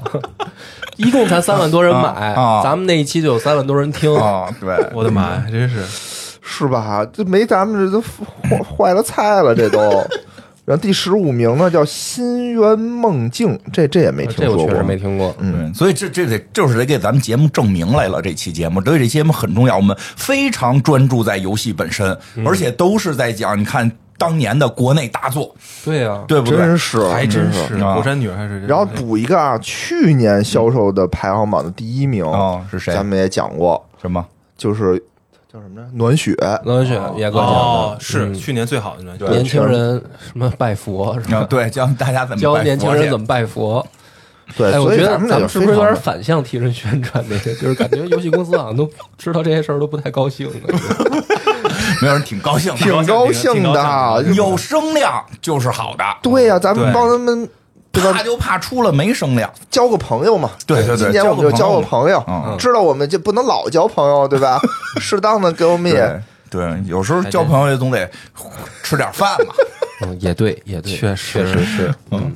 [SPEAKER 1] 一共才三万多人买，
[SPEAKER 2] 啊啊
[SPEAKER 1] 咱们那一期就有三万多人听，
[SPEAKER 2] 啊、对。
[SPEAKER 4] 我的妈呀，真是
[SPEAKER 3] (laughs) 是吧？这没咱们这都坏坏了菜了， (laughs) 这都。然后第十五名呢叫《心渊梦境》，这这也没听
[SPEAKER 1] 哎呃这
[SPEAKER 3] 说
[SPEAKER 1] 我
[SPEAKER 3] 过，
[SPEAKER 1] 确实没听过。
[SPEAKER 2] 嗯，所以这这得就是得给咱们节目证明来了。这期节目，所以这期节目很重要，我们非常专注在游戏本身，而且都是在讲你看当年的国内大作，
[SPEAKER 1] 对呀、
[SPEAKER 2] 对不对？
[SPEAKER 3] 真是
[SPEAKER 4] 还真
[SPEAKER 3] 是。
[SPEAKER 4] 是
[SPEAKER 2] 啊
[SPEAKER 4] 火山女还是
[SPEAKER 3] 然后补一个啊，去年销售的排行榜的第一名
[SPEAKER 2] 哦是谁
[SPEAKER 3] 咱们也讲过，
[SPEAKER 2] 什么？
[SPEAKER 3] 就是叫什么呢？暖雪。
[SPEAKER 1] 冷文雪也跟我讲
[SPEAKER 4] 哦
[SPEAKER 1] 的，，
[SPEAKER 4] 是
[SPEAKER 1] 嗯
[SPEAKER 4] 去年最好的暖
[SPEAKER 1] 年轻人什么拜佛是
[SPEAKER 2] 啊，
[SPEAKER 1] 吧？
[SPEAKER 2] 对，教大家怎么
[SPEAKER 1] 教
[SPEAKER 2] 拜佛
[SPEAKER 1] 年轻人
[SPEAKER 2] 去
[SPEAKER 1] 怎么拜佛？
[SPEAKER 3] 对，
[SPEAKER 1] 哎，我
[SPEAKER 3] 所以
[SPEAKER 1] 觉得
[SPEAKER 3] 们
[SPEAKER 1] 咱
[SPEAKER 3] 俩
[SPEAKER 1] 们是
[SPEAKER 3] 就非
[SPEAKER 1] 不是有
[SPEAKER 3] 常
[SPEAKER 1] 点反向替人宣传那个？就是感觉游戏公司好像都知道这些事儿都不太高兴的。
[SPEAKER 2] 没有人挺高兴的，
[SPEAKER 3] 挺高兴
[SPEAKER 4] 挺高
[SPEAKER 3] 的。啊
[SPEAKER 2] 有声量就是好的，
[SPEAKER 3] 对呀、咱们
[SPEAKER 4] 对
[SPEAKER 3] 帮他们对吧
[SPEAKER 2] 怕就怕出了没声量。
[SPEAKER 3] 交个朋友嘛。
[SPEAKER 2] 对对对
[SPEAKER 3] 今年我们就交个朋友，
[SPEAKER 2] 嗯
[SPEAKER 3] 知道我们就不能老交朋友，对吧？适当的给我们也
[SPEAKER 2] 对对，有时候交朋友也总得吃点饭
[SPEAKER 1] (laughs)
[SPEAKER 2] 嘛。
[SPEAKER 1] 嗯，也对，也对，
[SPEAKER 4] 确实
[SPEAKER 1] 确实是。嗯，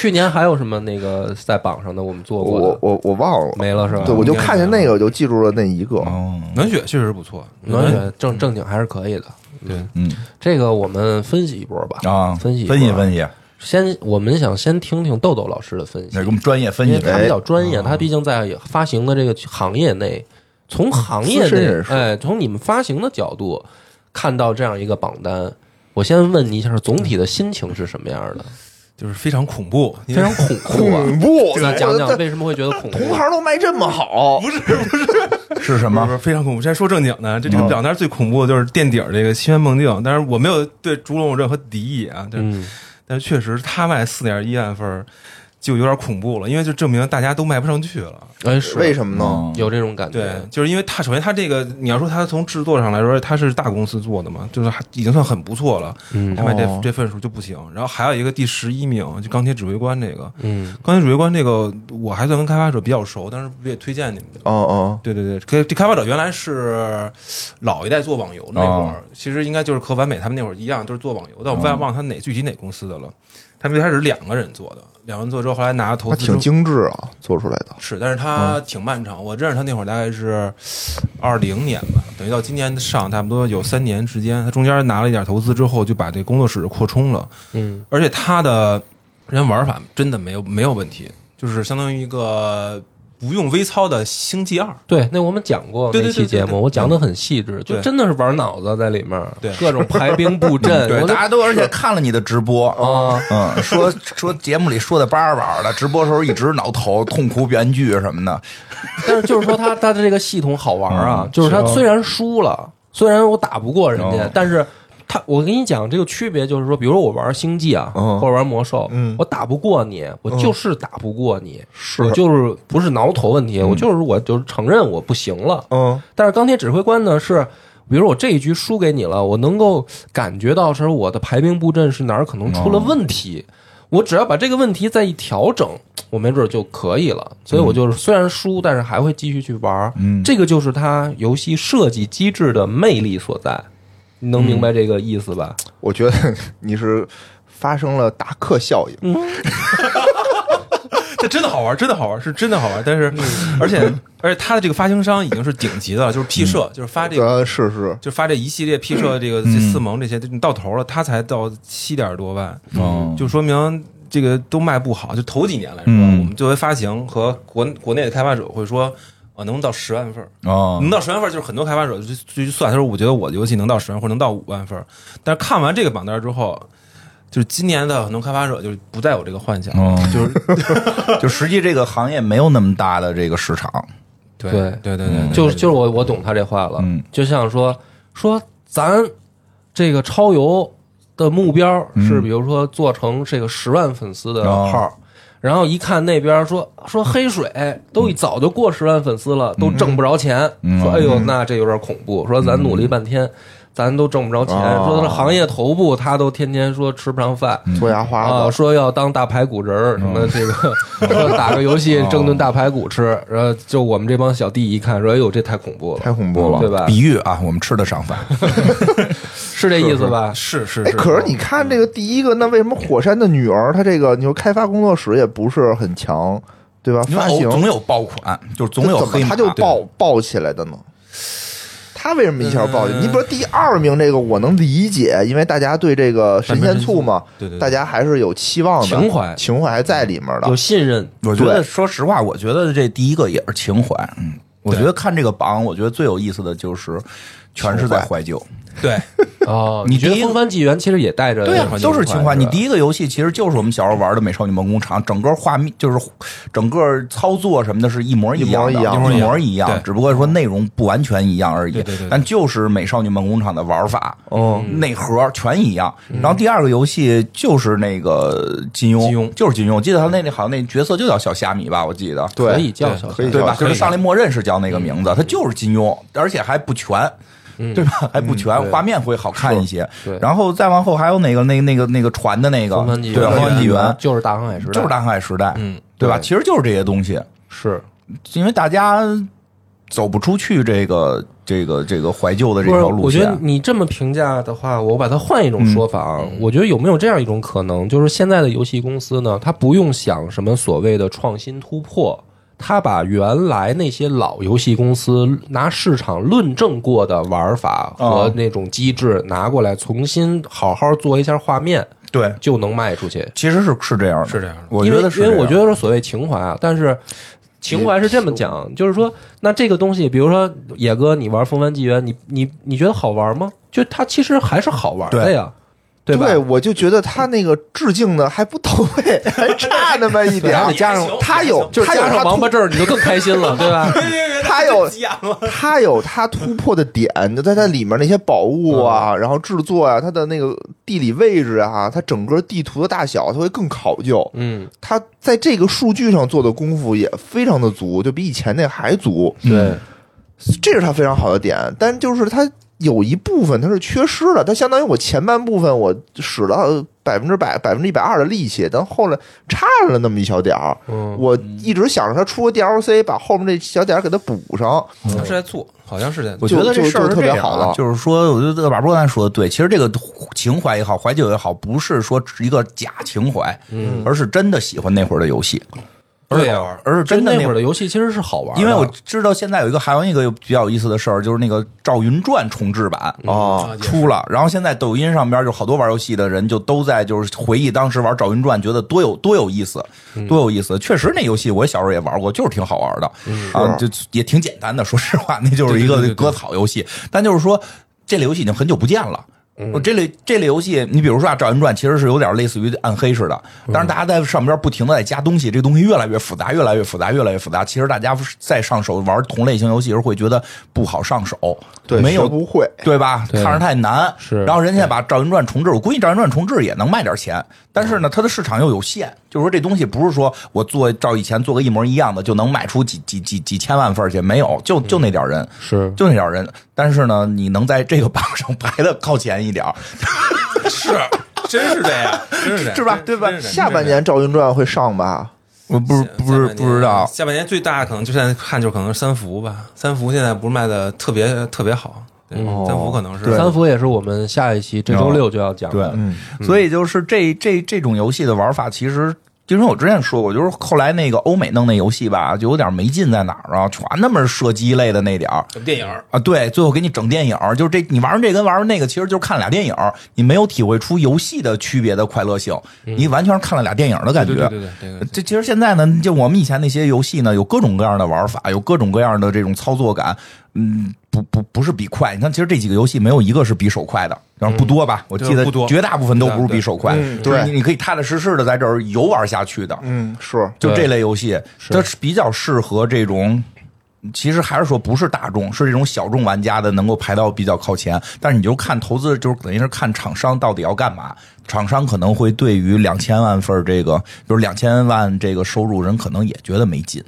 [SPEAKER 1] 去年还有什么那个在榜上的我们做过的
[SPEAKER 3] 我我我忘了，
[SPEAKER 1] 没了是吧？
[SPEAKER 3] 对，我就看见
[SPEAKER 4] 应该没
[SPEAKER 3] 那个，我就记住了那一个。
[SPEAKER 1] 哦
[SPEAKER 2] 嗯
[SPEAKER 4] 暖雪确实不错，
[SPEAKER 1] 暖雪正正经还是可以的。
[SPEAKER 4] 对
[SPEAKER 2] 嗯
[SPEAKER 1] 这个我们分析一波吧
[SPEAKER 2] 啊，
[SPEAKER 1] 分析
[SPEAKER 2] 分析
[SPEAKER 1] 析。
[SPEAKER 2] 分析，
[SPEAKER 1] 先，我们想先听听豆豆老师的分析
[SPEAKER 2] 那，给我们专业分
[SPEAKER 1] 因
[SPEAKER 2] 析
[SPEAKER 1] 为
[SPEAKER 2] 分
[SPEAKER 1] 他
[SPEAKER 2] 析。
[SPEAKER 1] 比较专
[SPEAKER 3] 啊
[SPEAKER 1] 业，他毕竟在发行的这个行业内，从行业
[SPEAKER 3] 嗯资深
[SPEAKER 1] 内
[SPEAKER 3] 人，士
[SPEAKER 1] 哎，从你们发行的角度看到这样一个榜单，我先问你一下，总体的心情是什么样的？
[SPEAKER 4] 就是非常恐怖，
[SPEAKER 1] 非
[SPEAKER 3] 嗯
[SPEAKER 4] 因为
[SPEAKER 1] 常恐怖
[SPEAKER 3] (laughs)
[SPEAKER 1] 啊！
[SPEAKER 3] 恐怖，
[SPEAKER 1] 那讲讲
[SPEAKER 3] 这
[SPEAKER 1] 为什么会觉得恐怖？啊
[SPEAKER 3] 同行都卖这么好，
[SPEAKER 2] 是什
[SPEAKER 4] 不是
[SPEAKER 2] 么
[SPEAKER 4] 不？是非常恐怖。先说正经的，这这
[SPEAKER 1] 嗯
[SPEAKER 4] 个表单最恐怖的就是垫底儿这个《心愿梦境》，但是我没有对烛龙有任何敌意啊，但是
[SPEAKER 1] 嗯，
[SPEAKER 4] 但是确实他卖四点一万份儿就有点恐怖了，因为就证明大家都卖不上去了。
[SPEAKER 1] 哎，是
[SPEAKER 3] 为什么呢？
[SPEAKER 2] 嗯
[SPEAKER 1] 有这种感
[SPEAKER 4] 对
[SPEAKER 1] 觉？，
[SPEAKER 4] 就是因为他首先他这个你要说他从制作上来说，他是大公司做的嘛，就是还已经算很不错了，
[SPEAKER 1] 嗯
[SPEAKER 4] 他卖这、
[SPEAKER 3] 哦
[SPEAKER 4] 这份数就不行。然后还有一个第十一名，就钢铁指挥官这个，
[SPEAKER 1] 嗯，
[SPEAKER 4] 钢铁指挥官这个我还算跟开发者比较熟，但是不也推荐你们的。
[SPEAKER 3] 哦哦，
[SPEAKER 4] 对对对，这这开发者原来是老一代做网游的那
[SPEAKER 1] 哦
[SPEAKER 4] 会儿，其实应该就是和完美他们那会儿一样，就是做网游的。我忘忘他哪具体哪公司的了。他们一开始两个人做的，两个人做之后，后来拿投
[SPEAKER 3] 那
[SPEAKER 4] 资之后
[SPEAKER 3] 挺精致啊，做出来的。
[SPEAKER 4] 是，但是他挺漫长。我认识他那会儿大概是二零年吧，等于到今年上，差不多有三年时间。他中间拿了一点投资之后，就把这工作室扩充了。
[SPEAKER 1] 嗯，
[SPEAKER 4] 而且他的人玩法真的没有没有问题，就是相当于一个不用微操的《星际二》。
[SPEAKER 1] 对，那我们讲过
[SPEAKER 4] 对对
[SPEAKER 1] 那期
[SPEAKER 4] 对对
[SPEAKER 1] 节
[SPEAKER 4] 对
[SPEAKER 1] 目，我讲的很细致，就
[SPEAKER 4] 对
[SPEAKER 1] 真的是玩脑子在里面，
[SPEAKER 4] 对
[SPEAKER 1] 各种排兵布阵，
[SPEAKER 2] 嗯对，
[SPEAKER 1] 我
[SPEAKER 2] 大
[SPEAKER 1] 都
[SPEAKER 2] 家都而且看了你的直播，
[SPEAKER 1] 啊，
[SPEAKER 2] 嗯，说说节目里说的巴巴的，直播时候一直挠头，痛哭编剧什么的，
[SPEAKER 1] 但是就是说他他的这个系统好玩啊
[SPEAKER 2] 嗯，
[SPEAKER 1] 就是他
[SPEAKER 2] 是啊
[SPEAKER 1] 虽然输了，虽然我打不过人家
[SPEAKER 2] 嗯，
[SPEAKER 1] 但是他我跟你讲这个区别就是说，比如说我玩星际啊，
[SPEAKER 3] 嗯
[SPEAKER 1] 或者玩魔兽，我打不过你，我就是打不过你，我就是不是挠头问题，我就是我就是承认我不行了。
[SPEAKER 3] 嗯，
[SPEAKER 1] 但是钢铁指挥官呢是。比如我这一局
[SPEAKER 2] 哦
[SPEAKER 1] 输给你了，我能够感觉到是我的排兵布阵是哪儿可能出了问题，我只要把这个问题再一调整，我没准儿就可以了。所以我就是虽然输，但是还会继续去玩儿。
[SPEAKER 2] 嗯
[SPEAKER 1] 这个就是它游戏设计机制的魅力所在。你能明白这个意思吧？
[SPEAKER 2] 嗯
[SPEAKER 3] 我觉得你是发生了达克效
[SPEAKER 1] 嗯
[SPEAKER 3] 应，
[SPEAKER 4] 这真的好玩，真的好玩，是真的好玩。但是，而且而且它的这个发行商已经是顶级的了，就是屁社，就是发这个，
[SPEAKER 3] 呃，是是，
[SPEAKER 4] 就发这一系列屁社这个这四盟这些，你到头了，它才到七点多万，
[SPEAKER 2] 哦
[SPEAKER 3] 嗯
[SPEAKER 4] 就说明这个都卖不好。就头几年来说，
[SPEAKER 2] 嗯
[SPEAKER 4] 我们作为发行和国国内的开发者会说。啊，能到十万份儿，
[SPEAKER 3] 嗯
[SPEAKER 2] 哦
[SPEAKER 4] 能到十万份儿，就是很多开发者就就就算，他说我觉得我的游戏能到十万或者能到五万份儿，但是看完这个榜单之后，就是今年的很多开发者就是不再有这个幻想，
[SPEAKER 3] 嗯
[SPEAKER 2] 哦，就是就 (laughs) 实际这个行业没有那么大的这个市场，
[SPEAKER 4] 对
[SPEAKER 1] 对
[SPEAKER 4] 对对对
[SPEAKER 3] 嗯
[SPEAKER 4] 对，
[SPEAKER 1] 就是就是我我懂他这话了，
[SPEAKER 2] 嗯
[SPEAKER 1] 就像说说咱这个超游的目标是，比如说做成这个十万粉丝的
[SPEAKER 2] 嗯哦
[SPEAKER 1] 号，然后一看那边说说黑水都一早就过十万粉丝了，都挣不着钱，
[SPEAKER 2] 嗯
[SPEAKER 1] 说哎呦那这有点恐怖，说咱努力半天。咱都挣不着钱，
[SPEAKER 3] 哦嗯
[SPEAKER 1] 说他是行业头部，他都天天说吃不上饭，
[SPEAKER 3] 做牙花
[SPEAKER 1] 啊，
[SPEAKER 3] 子，
[SPEAKER 1] 说要当大排骨人儿，什么这个，说打个游戏
[SPEAKER 2] 哦
[SPEAKER 1] 挣顿大排骨吃，然后就我们这帮小弟一看说，哎呦，这太恐怖了，
[SPEAKER 3] 太恐怖了
[SPEAKER 1] 对吧？
[SPEAKER 2] 比喻啊，我们吃得上饭，
[SPEAKER 1] 是这意思吧？
[SPEAKER 4] 是是
[SPEAKER 3] 哎，
[SPEAKER 4] 是。嗯
[SPEAKER 3] 可是你看这个第一个，那为什么火山的女儿她这个，你说开发工作室也不是很强，对吧？
[SPEAKER 2] 因
[SPEAKER 1] 哦
[SPEAKER 2] 为
[SPEAKER 3] 发行
[SPEAKER 2] 总有爆款，就是总有
[SPEAKER 3] 这怎
[SPEAKER 2] 黑
[SPEAKER 3] 么
[SPEAKER 2] 马，嗯
[SPEAKER 3] 他就
[SPEAKER 2] 对
[SPEAKER 3] 爆爆起来的呢？他为什么一下爆起来？你比
[SPEAKER 1] 嗯
[SPEAKER 3] 如说第二名这个我能理解，因为大家对这个神仙醋嘛，
[SPEAKER 4] 对对对
[SPEAKER 3] 大家还是有期望的，
[SPEAKER 1] 情怀
[SPEAKER 3] 情怀还在里面
[SPEAKER 1] 有
[SPEAKER 3] 的。
[SPEAKER 1] 信任，
[SPEAKER 2] 我觉得，
[SPEAKER 3] 对
[SPEAKER 2] 说实话，我觉得这第一个也是情怀。嗯，我觉得看这个榜，我觉得最有意思的就是全是在怀旧。
[SPEAKER 4] 对，
[SPEAKER 1] 哦，
[SPEAKER 2] 你
[SPEAKER 1] 你觉得《
[SPEAKER 2] 第一个
[SPEAKER 1] 风帆纪元》其实也带着怀旧
[SPEAKER 2] 啊都是情怀。你
[SPEAKER 1] 吧
[SPEAKER 2] 第一个游戏其实就是我们小时候玩的《美少女梦工厂》，整个画面就是整个操作什么的是一模样的，
[SPEAKER 3] 一模一样
[SPEAKER 2] 一
[SPEAKER 4] 一
[SPEAKER 2] 模
[SPEAKER 4] 模
[SPEAKER 2] 一
[SPEAKER 4] 一样
[SPEAKER 2] 样，
[SPEAKER 4] 对
[SPEAKER 2] 只不过说内容不完全一样而已。
[SPEAKER 4] 对对对对
[SPEAKER 2] 但就是《美少女梦工厂》的玩法。
[SPEAKER 1] 哦，
[SPEAKER 2] 内核全一样，然后第二个游戏就是那个金
[SPEAKER 4] 金庸
[SPEAKER 2] 就是金庸。我记得他那那好像那角色就叫小虾米吧，我记得。
[SPEAKER 3] 对，
[SPEAKER 1] 可以嗯叫
[SPEAKER 4] 对
[SPEAKER 1] 小
[SPEAKER 3] 可以
[SPEAKER 1] 三
[SPEAKER 2] 对吧？
[SPEAKER 3] 叫
[SPEAKER 2] 就是
[SPEAKER 4] 可以
[SPEAKER 2] 上来默认是叫那个名字，它就是金庸，而且还不全。对吧？还不全，
[SPEAKER 1] 嗯对
[SPEAKER 2] 画面会好看一些。
[SPEAKER 1] 对
[SPEAKER 2] 然后再往后还有哪个那那个那个船的那个，
[SPEAKER 1] 风帆纪
[SPEAKER 2] 对，
[SPEAKER 1] 元》
[SPEAKER 2] 风帆纪元
[SPEAKER 1] 就是大航海时代，
[SPEAKER 2] 就是大航海时代，
[SPEAKER 4] 嗯，
[SPEAKER 2] 对吧？
[SPEAKER 1] 对
[SPEAKER 2] 其实就是这些东西，
[SPEAKER 1] 是
[SPEAKER 2] 因为大家走不出去这个这个这个怀旧的这
[SPEAKER 1] 不是，
[SPEAKER 2] 条路
[SPEAKER 1] 我觉得
[SPEAKER 2] 线。嗯
[SPEAKER 1] 你这么评价的话，我把它换一种说法啊。我觉得有没有这样一种可能，就是现在的游戏公司呢，它不用想什么所谓的创新突破，它把原来那些老游戏公司拿市场论证过的玩法和
[SPEAKER 2] 哦
[SPEAKER 1] 那种机制拿过来，重新好好做一下画面，
[SPEAKER 2] 对，
[SPEAKER 1] 就能卖出去。
[SPEAKER 2] 其实是是这样的，
[SPEAKER 4] 是这样的
[SPEAKER 2] 我觉
[SPEAKER 1] 因为
[SPEAKER 2] 得是
[SPEAKER 1] 因为我
[SPEAKER 2] 这
[SPEAKER 1] 觉
[SPEAKER 2] 样
[SPEAKER 1] 得是所谓情怀啊，但是呃情怀是这么讲，就是说，那这个东西，比如说野哥，你玩《风帆纪元》，你你你觉得好玩吗？就它其实还是好玩的呀，对吧？
[SPEAKER 3] 我就觉得他那个致敬的还不到位， (laughs) 还差那么一点
[SPEAKER 1] 对
[SPEAKER 3] 儿
[SPEAKER 1] 还。加上
[SPEAKER 3] 他有，
[SPEAKER 1] 就是
[SPEAKER 3] 他有
[SPEAKER 1] 加上
[SPEAKER 3] 他
[SPEAKER 1] 王
[SPEAKER 3] 突
[SPEAKER 1] 八证儿，你就更开心了，对
[SPEAKER 2] (laughs)
[SPEAKER 1] 吧？
[SPEAKER 3] 哎他有
[SPEAKER 4] 急眼了，
[SPEAKER 3] 他有他突破的点，就在它里面那些宝物啊，然后制作啊，它的那个地理位置啊，它整个地图的大小，它会更考究。
[SPEAKER 1] 嗯，
[SPEAKER 3] 它在这个数据上做的功夫也非常的足，就比以前那还足，
[SPEAKER 2] 嗯
[SPEAKER 1] 对，
[SPEAKER 3] 这是它非常好的点。但就是它有一部分它是缺失了，它相当于我前半部分我使了百分之百、百分之一百二的力气，但后来差了那么一小点儿。
[SPEAKER 1] 嗯，
[SPEAKER 3] 我一直想着它出个 DLC，把后面这小点儿给它补上。
[SPEAKER 4] 他是在做，好像是在
[SPEAKER 2] 我
[SPEAKER 4] 做。
[SPEAKER 2] 觉得
[SPEAKER 3] 就
[SPEAKER 2] 这事儿
[SPEAKER 3] 就是特别
[SPEAKER 2] 这样
[SPEAKER 3] 好
[SPEAKER 2] 的
[SPEAKER 3] 了
[SPEAKER 2] 就是说，我觉得马波刚才说的对，其实这个情怀也好，怀旧也好，不是说只一个假情怀，嗯，而是真的喜欢那会儿的游戏，
[SPEAKER 4] 对呀，
[SPEAKER 2] 而是
[SPEAKER 1] 真
[SPEAKER 2] 真的
[SPEAKER 1] 那会
[SPEAKER 2] 会
[SPEAKER 1] 儿
[SPEAKER 2] 儿。
[SPEAKER 1] 的游戏其实是好玩的，
[SPEAKER 2] 因为我知道现在有一个还有一个比较有意思的事儿，就是那个《赵云传》重制版
[SPEAKER 3] 哦
[SPEAKER 4] 啊也是
[SPEAKER 2] 出了，然后现在抖音上边就好多玩游戏的人就都在就是回忆当时玩《赵云传》，觉得多有多有意思，
[SPEAKER 4] 嗯
[SPEAKER 2] 多有意思。确实那游戏我小时候也玩过，就是挺好玩的啊，就也挺简单的。说实话，那就是一
[SPEAKER 4] 嗯对对
[SPEAKER 2] 个
[SPEAKER 4] 对对
[SPEAKER 2] 割草游戏，但就是说这类游戏已经很久不见了。
[SPEAKER 4] 嗯
[SPEAKER 2] 我这类这类游戏，你比如说啊，《赵云传》其实是有点类似于暗黑似的，
[SPEAKER 4] 嗯
[SPEAKER 2] 但是大家在上边不停的在加东西，这个东西越来越复杂，越来越复杂，越来越复杂。其实大家再上手玩同类型游戏时候，会觉得不好上手，
[SPEAKER 3] 对，
[SPEAKER 2] 没有
[SPEAKER 3] 学不会。
[SPEAKER 2] 对吧？
[SPEAKER 1] 对
[SPEAKER 2] 看着太难。
[SPEAKER 1] 是
[SPEAKER 2] 然后人家把《赵云传》重置，我估计《赵云传》重置也能卖点钱，但是呢，它的市场又有限，就是说这东西不是说我做照以前做个一模一样的就能卖出几几几几千万份儿去，没有，就就那点人，
[SPEAKER 1] 是
[SPEAKER 2] 就那点人。但是呢，你能在这个榜上排的靠前一点儿，是。
[SPEAKER 4] 真是这样，真是
[SPEAKER 3] (laughs)
[SPEAKER 4] 这样
[SPEAKER 2] 是吧
[SPEAKER 4] 真
[SPEAKER 2] 对吧
[SPEAKER 4] 真是这样
[SPEAKER 3] 下半年《赵云传》会上吧？
[SPEAKER 2] 我不是
[SPEAKER 4] 下
[SPEAKER 2] 不是
[SPEAKER 4] 下半年
[SPEAKER 2] 不知道，
[SPEAKER 4] 下半年最大可能就现在看就可能是三伏吧，三伏现在不是卖的特别特别好，对，
[SPEAKER 1] 哦
[SPEAKER 4] 三伏可能是
[SPEAKER 1] 三伏也是我们下一期这周六就要讲
[SPEAKER 2] 啊对
[SPEAKER 1] 的。，嗯
[SPEAKER 2] 所以就是这这这种游戏的玩法，其实因为我之前说过，就是后来那个欧美弄那游戏吧，就有点没劲在哪儿啊，全那么射击类的那点儿
[SPEAKER 4] 电影儿
[SPEAKER 2] 啊，对，最后给你整电影儿，就是这你玩完这跟玩完那个，其实就是看俩电影儿，你没有体会出游戏的区别的快乐性，你完全是看了俩电影儿的感觉。
[SPEAKER 4] 嗯对对对对对对对
[SPEAKER 2] 这其实现在呢，就我们以前那些游戏呢，有各种各样的玩法，有各种各样的这种操作感，嗯，不不不是比快。你看，其实这几个游戏没有一个是比手快的，然后不多吧？我记
[SPEAKER 4] 嗯对
[SPEAKER 2] 得
[SPEAKER 4] 不多
[SPEAKER 2] 绝大部分都不是比手快，
[SPEAKER 3] 嗯
[SPEAKER 2] 就是
[SPEAKER 3] 对
[SPEAKER 2] 你你可以踏踏实实的在这儿游玩下去的。
[SPEAKER 3] 嗯，是
[SPEAKER 2] 就
[SPEAKER 1] 对
[SPEAKER 2] 这类游戏，它是比较适合这种。其实还是说不是大众，是这种小众玩家的能够排到比较靠前，但是你就看投资，就是等于是看厂商到底要干嘛。厂商可能会对于两千万份儿这个，就是两千万这个收入人可能也觉得没劲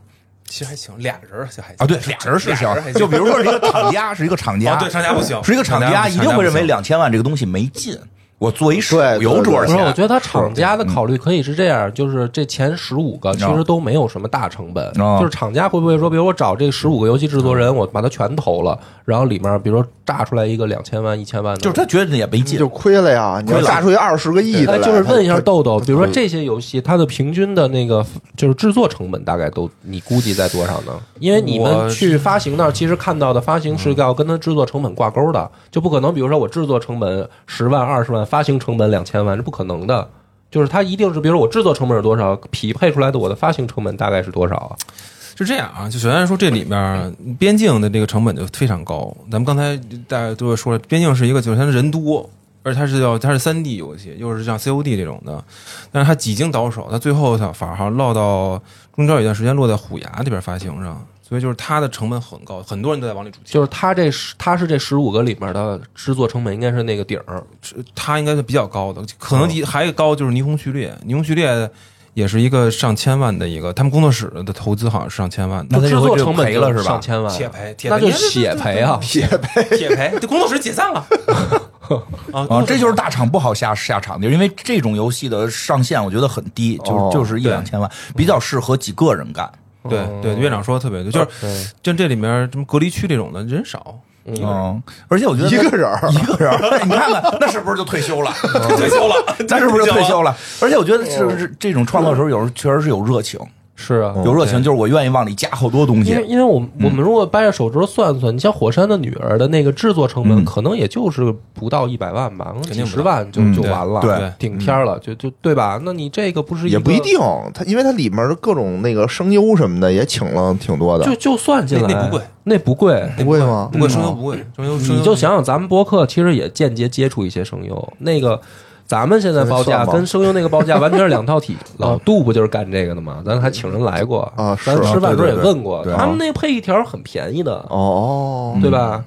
[SPEAKER 4] 其实还行，俩人儿就还行
[SPEAKER 2] 啊。对，俩人是
[SPEAKER 4] 俩
[SPEAKER 2] 行，
[SPEAKER 4] 人还
[SPEAKER 2] 就比如说是一个厂家，是一个厂家，
[SPEAKER 4] 哦对厂家不行
[SPEAKER 2] 是一个厂
[SPEAKER 4] 厂家
[SPEAKER 2] 家
[SPEAKER 4] 不
[SPEAKER 2] 一
[SPEAKER 4] 行
[SPEAKER 2] 定会认为
[SPEAKER 4] 厂家
[SPEAKER 2] 两千万这个东西没劲。我做一手
[SPEAKER 3] 对
[SPEAKER 2] 游
[SPEAKER 3] 对
[SPEAKER 2] 多
[SPEAKER 1] 不
[SPEAKER 2] 少
[SPEAKER 3] 对
[SPEAKER 1] 是，
[SPEAKER 2] 钱？嗯
[SPEAKER 1] 我觉得他厂家的考虑可以是这样，就是这前十五个其实都没有什么大成本，
[SPEAKER 2] 哦
[SPEAKER 1] 就是厂家会不会说，比如我找这十五个游戏制作人，我把它全投了，然后里面比如说炸出来一个两千万、一千万的，
[SPEAKER 2] 就是他觉得也没劲，
[SPEAKER 3] 就亏了呀！你要
[SPEAKER 2] 亏了
[SPEAKER 3] 炸出去二十个亿的
[SPEAKER 1] 哎，
[SPEAKER 3] 来，
[SPEAKER 1] 就是问一下
[SPEAKER 3] 他
[SPEAKER 1] 豆豆，比如说这些游戏，它的平均的那个就是制作成本大概都你估计在多少呢？因为你们
[SPEAKER 4] 我
[SPEAKER 1] 去发行那儿，其实看到的发行是要跟它制作成本挂钩的，就不可能，比如说我制作成本十万、二十万，发行成本两千万，这不可能的。就是它一定是，比如说我制作成本是多少，匹配出来的我的发行成本大概是多少啊？
[SPEAKER 4] 是这样啊，就首先来说，这里面儿边境的这个成本就非常高。咱们刚才大家都说了，边境是一个就是它人多，而且它是要它是三 D 游戏，又是像 COD 这种的，但是它几经倒手，它最后它反而还落到中间有一段时间落在虎牙这边发行上，所以就是它的成本很高，很多人都在往里出钱。
[SPEAKER 1] 就是它这十，它是这十五个里面的制作成本应该是那个顶儿，
[SPEAKER 4] 它应该是比较高的，可能第还有一个高就是霓虹序列，霓虹序列也是一个上千万的一个，他们工作室的投资好像是上千万的
[SPEAKER 2] 那。他
[SPEAKER 1] 制
[SPEAKER 2] 这回
[SPEAKER 1] 作
[SPEAKER 2] 就
[SPEAKER 1] 成本
[SPEAKER 2] 赔了
[SPEAKER 1] 就是
[SPEAKER 2] 吧
[SPEAKER 1] 上千万，
[SPEAKER 4] 铁赔，铁赔
[SPEAKER 1] 那就
[SPEAKER 4] 你看这
[SPEAKER 1] 血赔啊，
[SPEAKER 4] 铁赔，这工作室解散 (laughs) 了。啊
[SPEAKER 2] 啊，这就是大厂不好下下场的，因为这种游戏的上限我觉得很低，就是、
[SPEAKER 3] 哦
[SPEAKER 2] 就是一
[SPEAKER 4] 对
[SPEAKER 2] 两千万，比较适合几个人干。
[SPEAKER 4] 对对，院长说的特别对，就是
[SPEAKER 1] 对
[SPEAKER 4] 就这里面什么隔离区这种的人少，
[SPEAKER 2] 嗯，而且我觉得
[SPEAKER 3] 一个人儿
[SPEAKER 2] 一个人儿， (laughs) 你看看，那是不是就退休了？
[SPEAKER 4] 退
[SPEAKER 2] (laughs)
[SPEAKER 4] 休了，
[SPEAKER 2] 咱是不是就退休了？而且我觉得是这种创作的时候，有时候确实是有热情，
[SPEAKER 1] 是啊，
[SPEAKER 2] 有热情，就是我愿意往里加好多东
[SPEAKER 1] 因为
[SPEAKER 2] 西。
[SPEAKER 1] 因为我们我们如果掰着手指头算算，你像《火山的女儿》的那个制作成本，
[SPEAKER 2] 嗯
[SPEAKER 1] 可能也就是不到一百万吧，可能几十万就
[SPEAKER 2] 嗯
[SPEAKER 1] 就完了，
[SPEAKER 2] 对
[SPEAKER 4] 对
[SPEAKER 1] 顶天了，就就对吧？那你这个不是
[SPEAKER 3] 也
[SPEAKER 1] 个
[SPEAKER 3] 不一，定，他因为它里面的各种那个声优什么的也请了挺多的
[SPEAKER 1] 就，就算进来
[SPEAKER 4] 那那不贵，
[SPEAKER 1] 那不贵。
[SPEAKER 3] 不会吗
[SPEAKER 4] 不？贵，声优不贵，声优声优
[SPEAKER 1] 你就想想，咱们博客其实也间接接触一些声优，那个咱们现在报价
[SPEAKER 3] 算吗
[SPEAKER 1] 跟声优那个报价完全是两套体。老杜不就是干这个的吗？咱还请人来过
[SPEAKER 3] 啊是
[SPEAKER 1] 咱吃饭时候也
[SPEAKER 2] 对对对
[SPEAKER 1] 问过，
[SPEAKER 2] 对
[SPEAKER 1] 他们那个配一条很便宜的，
[SPEAKER 3] 哦，
[SPEAKER 1] 对
[SPEAKER 2] 嗯
[SPEAKER 1] 吧？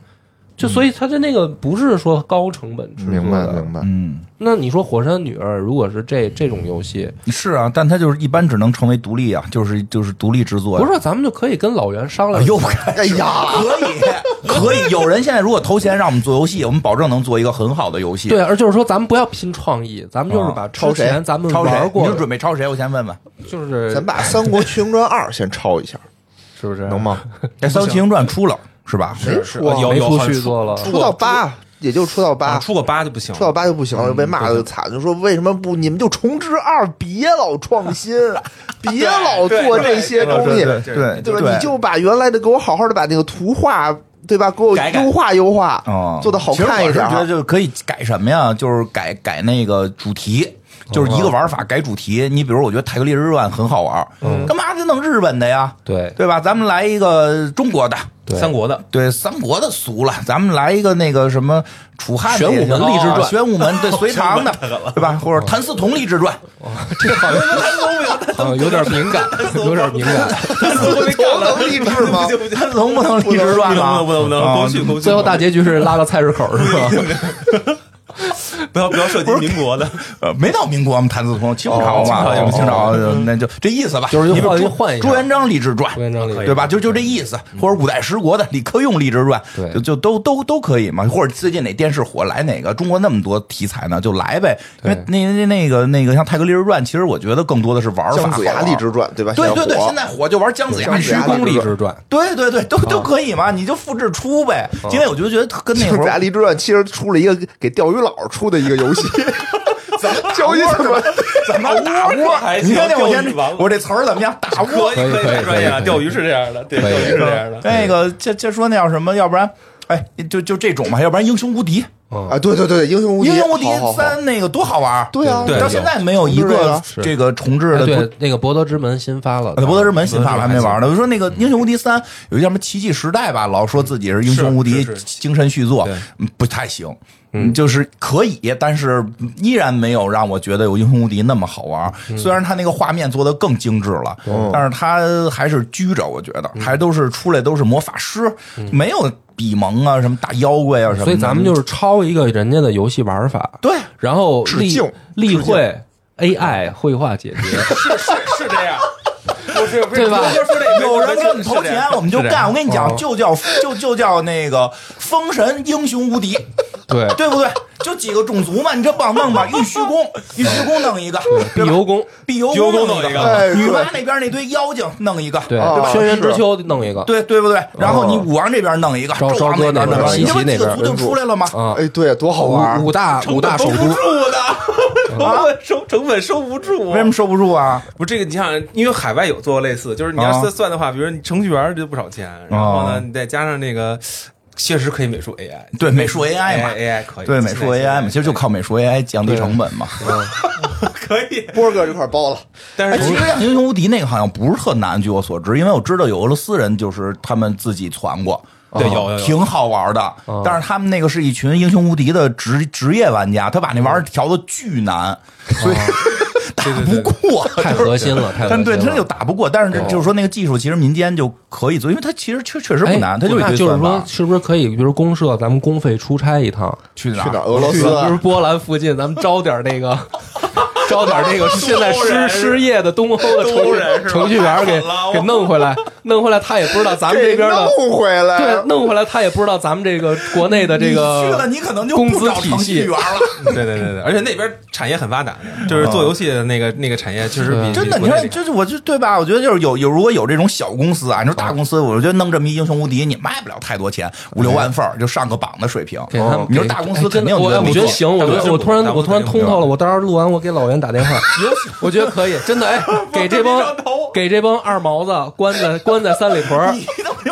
[SPEAKER 1] 就所以它的那个不是说高成本制作的
[SPEAKER 3] 明白明白。
[SPEAKER 2] 嗯，
[SPEAKER 1] 那你说《火山女儿》如果是这这种游戏，
[SPEAKER 2] 是啊，但它就是一般只能成为独立啊，就是就是独立制作呀。
[SPEAKER 1] 不是咱们就可以跟老袁商量
[SPEAKER 2] 哎
[SPEAKER 1] 一下，
[SPEAKER 2] 呦，我看
[SPEAKER 3] 哎呀，
[SPEAKER 2] (laughs) 可以，可以。有人现在如果投钱让我们做游戏，我们保证能做一个很好的游戏。
[SPEAKER 1] 对，而就是说咱们不要拼创意，咱们就是把之
[SPEAKER 3] 抄谁
[SPEAKER 1] 前咱们
[SPEAKER 2] 抄啊谁
[SPEAKER 1] 玩？
[SPEAKER 2] 你
[SPEAKER 1] 过
[SPEAKER 2] 就
[SPEAKER 1] 的，
[SPEAKER 2] 准备抄谁？我先问问。
[SPEAKER 1] 就是
[SPEAKER 3] 咱把《三国群英传二》先抄一下，
[SPEAKER 1] 是不是
[SPEAKER 3] 能？吗？
[SPEAKER 2] 这《三国群英传》出了是吧？
[SPEAKER 3] 没
[SPEAKER 4] 是
[SPEAKER 3] 出啊
[SPEAKER 4] 有
[SPEAKER 1] 没
[SPEAKER 4] 有
[SPEAKER 1] 出
[SPEAKER 4] 好像
[SPEAKER 1] 续作
[SPEAKER 2] (laughs)
[SPEAKER 1] 了
[SPEAKER 3] 出到八也就出到八，
[SPEAKER 4] 啊出过八就不行了，
[SPEAKER 3] 出到八就不行了，就被骂的惨，就说为什么不你们就重置二，别老创新，别老做这些东西，
[SPEAKER 2] 对对
[SPEAKER 3] 对吧？你就把原来的给我好好的把那个图画，对吧？给我
[SPEAKER 2] 改改
[SPEAKER 3] 优化优化，
[SPEAKER 2] 哦，
[SPEAKER 3] 做的好看
[SPEAKER 2] 其实
[SPEAKER 3] 一
[SPEAKER 2] 我
[SPEAKER 3] 点
[SPEAKER 2] 是觉得
[SPEAKER 3] 儿。啊
[SPEAKER 2] 就是可以改什么呀？就是改改那个主题。就是一个玩法改主题，你比如我觉得《泰格利日漫》很好玩，干嘛得弄日本的呀？
[SPEAKER 1] 对
[SPEAKER 2] 对吧？咱们来一个中国的，
[SPEAKER 1] 对
[SPEAKER 4] 三国的
[SPEAKER 2] 对三国的俗了，咱们来一个那个什么楚汉的
[SPEAKER 1] 玄武门
[SPEAKER 2] 哦
[SPEAKER 1] 立志传
[SPEAKER 2] 玄武门对隋唐的，对吧？或者谭嗣同立志传，
[SPEAKER 1] 这好像有点敏
[SPEAKER 2] (laughs)
[SPEAKER 1] 感，有点敏感。
[SPEAKER 3] (laughs) 我能励志吗？
[SPEAKER 2] 谭嗣同不 (laughs) 能立志传
[SPEAKER 4] 啊
[SPEAKER 2] 啊吧？
[SPEAKER 4] 不能不能不能，
[SPEAKER 2] 啊
[SPEAKER 4] 不能去，不能去
[SPEAKER 2] (laughs)
[SPEAKER 1] 最后大结局是拉到菜市口是吧？
[SPEAKER 4] 不要不 (laughs) 要涉及民国的，
[SPEAKER 2] 呃，没到民国，我们谭嗣同清朝
[SPEAKER 3] 哦
[SPEAKER 2] 嘛，
[SPEAKER 3] 清朝
[SPEAKER 2] 清朝就那就这意思吧。
[SPEAKER 1] 就是
[SPEAKER 2] 你比如
[SPEAKER 1] 换一换
[SPEAKER 2] 朱
[SPEAKER 1] 一下
[SPEAKER 2] 朱元璋立志传，
[SPEAKER 1] 朱元璋立志嗯
[SPEAKER 2] 对吧？就就这意思，或者五代十国的李克用立志传，
[SPEAKER 1] 对
[SPEAKER 2] 就就都都都可以嘛。或者最近哪电视火来哪个，中国那么多题材呢，就来呗。因为那那那个那个像《泰格立志传》，其实我觉得更多的是玩法
[SPEAKER 3] 姜
[SPEAKER 2] 好啊
[SPEAKER 3] 子
[SPEAKER 2] 玩。
[SPEAKER 3] 牙立志传，对吧？
[SPEAKER 2] 对对对，
[SPEAKER 3] 火
[SPEAKER 2] 现在火就玩姜子牙、
[SPEAKER 3] 姜子
[SPEAKER 2] 徐
[SPEAKER 3] 牙
[SPEAKER 2] 公
[SPEAKER 3] 立
[SPEAKER 2] 立
[SPEAKER 3] 志
[SPEAKER 2] 志
[SPEAKER 1] 志传，
[SPEAKER 2] 对对对，都都可以嘛，你就复制出呗。因为我就觉得跟那
[SPEAKER 3] 姜
[SPEAKER 2] 会
[SPEAKER 3] 子牙
[SPEAKER 2] 儿 (laughs)
[SPEAKER 3] 立志传其实出了一个给钓鱼佬出的一个游戏，怎么 (laughs) 教你怎么
[SPEAKER 2] 怎么打
[SPEAKER 4] 窝
[SPEAKER 2] 窝
[SPEAKER 4] 还
[SPEAKER 2] 你
[SPEAKER 4] 行
[SPEAKER 2] 看见我
[SPEAKER 4] 钓鱼王
[SPEAKER 2] 先我这词儿怎么样？打窝
[SPEAKER 4] 可以可以太专
[SPEAKER 1] 可
[SPEAKER 4] 业了，
[SPEAKER 1] 以可以
[SPEAKER 4] 钓鱼是这样的，对，
[SPEAKER 1] 可
[SPEAKER 4] 钓
[SPEAKER 1] 以
[SPEAKER 4] 鱼是这样的。
[SPEAKER 2] 那个这这说那叫什么？要不然，哎，就就这种嘛，要不然英雄无敌，
[SPEAKER 3] 啊？对对对，英雄无敌，
[SPEAKER 2] 英雄无敌
[SPEAKER 3] 好好好
[SPEAKER 2] 三那个多好玩儿，
[SPEAKER 3] 对啊，
[SPEAKER 4] 对
[SPEAKER 2] 到现在没有一个
[SPEAKER 1] 是
[SPEAKER 2] 这个重置
[SPEAKER 1] 哎
[SPEAKER 2] 的呃不。
[SPEAKER 1] 对，那个博德之门新发了，
[SPEAKER 2] 呃博德之门新发了还没玩
[SPEAKER 1] 呢。
[SPEAKER 2] 呢。我说那个《英雄无敌三》有一叫什么《奇迹时代》吧，老说自己是英雄无敌
[SPEAKER 4] 是是是
[SPEAKER 2] 精神续作
[SPEAKER 4] 对，
[SPEAKER 2] 嗯不太行。嗯，就是可以，但是依然没有让我觉得有英雄无敌那么好玩。虽然他那个画面做的更精致了，但是他还是拘着，我觉得还都是出来都是魔法师，没有比蒙啊什么打妖怪啊什么的。
[SPEAKER 1] 所以咱们就是抄一个人家的游戏玩法，
[SPEAKER 2] 对
[SPEAKER 1] 然后
[SPEAKER 3] 致
[SPEAKER 1] 例
[SPEAKER 3] 敬
[SPEAKER 1] 例会 AI 绘画解决，
[SPEAKER 4] (laughs) 是是是这样，不是不是
[SPEAKER 1] 对吧
[SPEAKER 4] 不是说
[SPEAKER 2] (laughs)
[SPEAKER 4] 这
[SPEAKER 2] 有人
[SPEAKER 4] 跟
[SPEAKER 2] 跟我们投钱，我们就干。我跟你讲，就叫就就叫那个封神英雄无敌，
[SPEAKER 4] (laughs)
[SPEAKER 1] 对，
[SPEAKER 2] (laughs) 对不对？就几个种族嘛，你这不好弄吧？玉虚宫，玉虚宫弄一个，
[SPEAKER 1] 碧
[SPEAKER 2] 对吧？
[SPEAKER 1] 游宫，
[SPEAKER 2] 碧游
[SPEAKER 4] 碧游
[SPEAKER 2] 宫
[SPEAKER 4] 宫
[SPEAKER 2] 弄
[SPEAKER 4] 弄
[SPEAKER 2] 一
[SPEAKER 4] 一
[SPEAKER 2] 个，
[SPEAKER 3] 个
[SPEAKER 2] 女
[SPEAKER 3] 哎
[SPEAKER 2] 娲
[SPEAKER 3] 对
[SPEAKER 2] 那边那堆妖精弄一个，
[SPEAKER 1] 对
[SPEAKER 3] 哦，
[SPEAKER 1] 轩辕之
[SPEAKER 3] 是
[SPEAKER 1] 丘弄一个，
[SPEAKER 2] 对对不对？然后你武王这边弄一个，
[SPEAKER 1] 朝
[SPEAKER 2] 纣王那边
[SPEAKER 1] 朝
[SPEAKER 2] 弄
[SPEAKER 1] 歌那边
[SPEAKER 2] 一个，你这不
[SPEAKER 1] 西岐那
[SPEAKER 2] 几
[SPEAKER 1] 边
[SPEAKER 2] 个族就出来了吗？
[SPEAKER 1] 啊，
[SPEAKER 3] 哎，对，多好玩
[SPEAKER 1] 五
[SPEAKER 3] 儿
[SPEAKER 1] 五大五大首
[SPEAKER 4] 收不
[SPEAKER 1] 都，
[SPEAKER 4] 住的，成本收啊成本收不住。
[SPEAKER 2] 为什么收不住啊？
[SPEAKER 4] 不是这个？你想，因为海外有做过类似，就是你要
[SPEAKER 2] 啊
[SPEAKER 4] 算算的话，比如你程序员就不少钱，然后呢，你再加上那个，呃确实可以美术 AI，
[SPEAKER 2] 对美术 AI 嘛
[SPEAKER 4] AI 可以，
[SPEAKER 2] 对，美术 AI 嘛，其实就靠美术 AI 降低
[SPEAKER 1] 对
[SPEAKER 2] 成本嘛。
[SPEAKER 4] (laughs) 可以，
[SPEAKER 3] 波哥这块包了，
[SPEAKER 4] 但
[SPEAKER 2] 哎，
[SPEAKER 4] 是
[SPEAKER 2] 其实像英雄无敌那个好像不是特难，据我所知，因为我知道有俄罗斯人就是他们自己传过。
[SPEAKER 4] 对有有有
[SPEAKER 2] 哦挺好玩的
[SPEAKER 1] 哦，
[SPEAKER 2] 但是他们那个是一群英雄无敌的职职业玩家，他把那玩
[SPEAKER 1] 嗯
[SPEAKER 2] 意儿调的巨难，所以打不过，
[SPEAKER 1] 太
[SPEAKER 2] 就是
[SPEAKER 1] 核心了，太核
[SPEAKER 2] 但
[SPEAKER 1] 心
[SPEAKER 2] 对，他就
[SPEAKER 1] 了。
[SPEAKER 2] 打不过，但是
[SPEAKER 1] 哦
[SPEAKER 2] 就是说那个技术其实民间就可以做，因为它其实确确实
[SPEAKER 1] 哎
[SPEAKER 2] 不难，它就有
[SPEAKER 1] 那
[SPEAKER 2] 一堆
[SPEAKER 1] 就是
[SPEAKER 2] 算
[SPEAKER 1] 说
[SPEAKER 2] 法，。
[SPEAKER 1] 是不是可以，比如公社，咱们公费出差一趟，
[SPEAKER 2] 去哪
[SPEAKER 3] 去哪儿？
[SPEAKER 2] 儿？
[SPEAKER 3] 俄罗
[SPEAKER 1] 比
[SPEAKER 3] 斯啊，
[SPEAKER 1] 如波兰附近，咱们招点那
[SPEAKER 4] (laughs)
[SPEAKER 1] 个，招点那个现在失失业的东欧的程
[SPEAKER 4] 东欧人
[SPEAKER 1] 序
[SPEAKER 4] 是吧
[SPEAKER 1] 程序员给
[SPEAKER 4] 太狠了我
[SPEAKER 1] 给弄回来，弄回来他也不知道咱们这边的，
[SPEAKER 3] 弄回
[SPEAKER 1] (laughs)
[SPEAKER 3] 来，
[SPEAKER 1] 对，弄回来他也不知道咱们这个国内的这
[SPEAKER 2] 你去了，
[SPEAKER 1] 个
[SPEAKER 2] 你可能就
[SPEAKER 1] 工
[SPEAKER 2] 不
[SPEAKER 1] 资
[SPEAKER 2] 找
[SPEAKER 1] 体
[SPEAKER 2] 程序
[SPEAKER 1] 系
[SPEAKER 2] 员。
[SPEAKER 1] (laughs)
[SPEAKER 2] 了。
[SPEAKER 4] 对对对对，而且那边产业很发达，就是做游戏的那个那个产业确实比
[SPEAKER 2] 真的，你看，哦就是我就对吧？我觉得就是有有，如果有这种小公司啊，你说
[SPEAKER 1] 哦
[SPEAKER 2] 大公司，我觉得弄这么一英雄无敌，你卖不了太多钱，五六万份儿就上个榜的水平。哦
[SPEAKER 1] 给他们，
[SPEAKER 2] 你说
[SPEAKER 1] 给
[SPEAKER 2] 大公
[SPEAKER 1] 哎
[SPEAKER 2] 司
[SPEAKER 1] 真的
[SPEAKER 2] 肯定
[SPEAKER 1] 我
[SPEAKER 2] 得
[SPEAKER 1] 哎我觉得行，我觉
[SPEAKER 4] 大公司
[SPEAKER 1] 得我突
[SPEAKER 4] 大
[SPEAKER 1] 然
[SPEAKER 4] 公司
[SPEAKER 1] 我突然
[SPEAKER 4] 肯定
[SPEAKER 1] 通透了，我到时候录完我给老袁打电 (laughs) 话，我觉得可以，真的 (laughs) 哎，给这帮给这帮二毛子关在关在三里屯儿，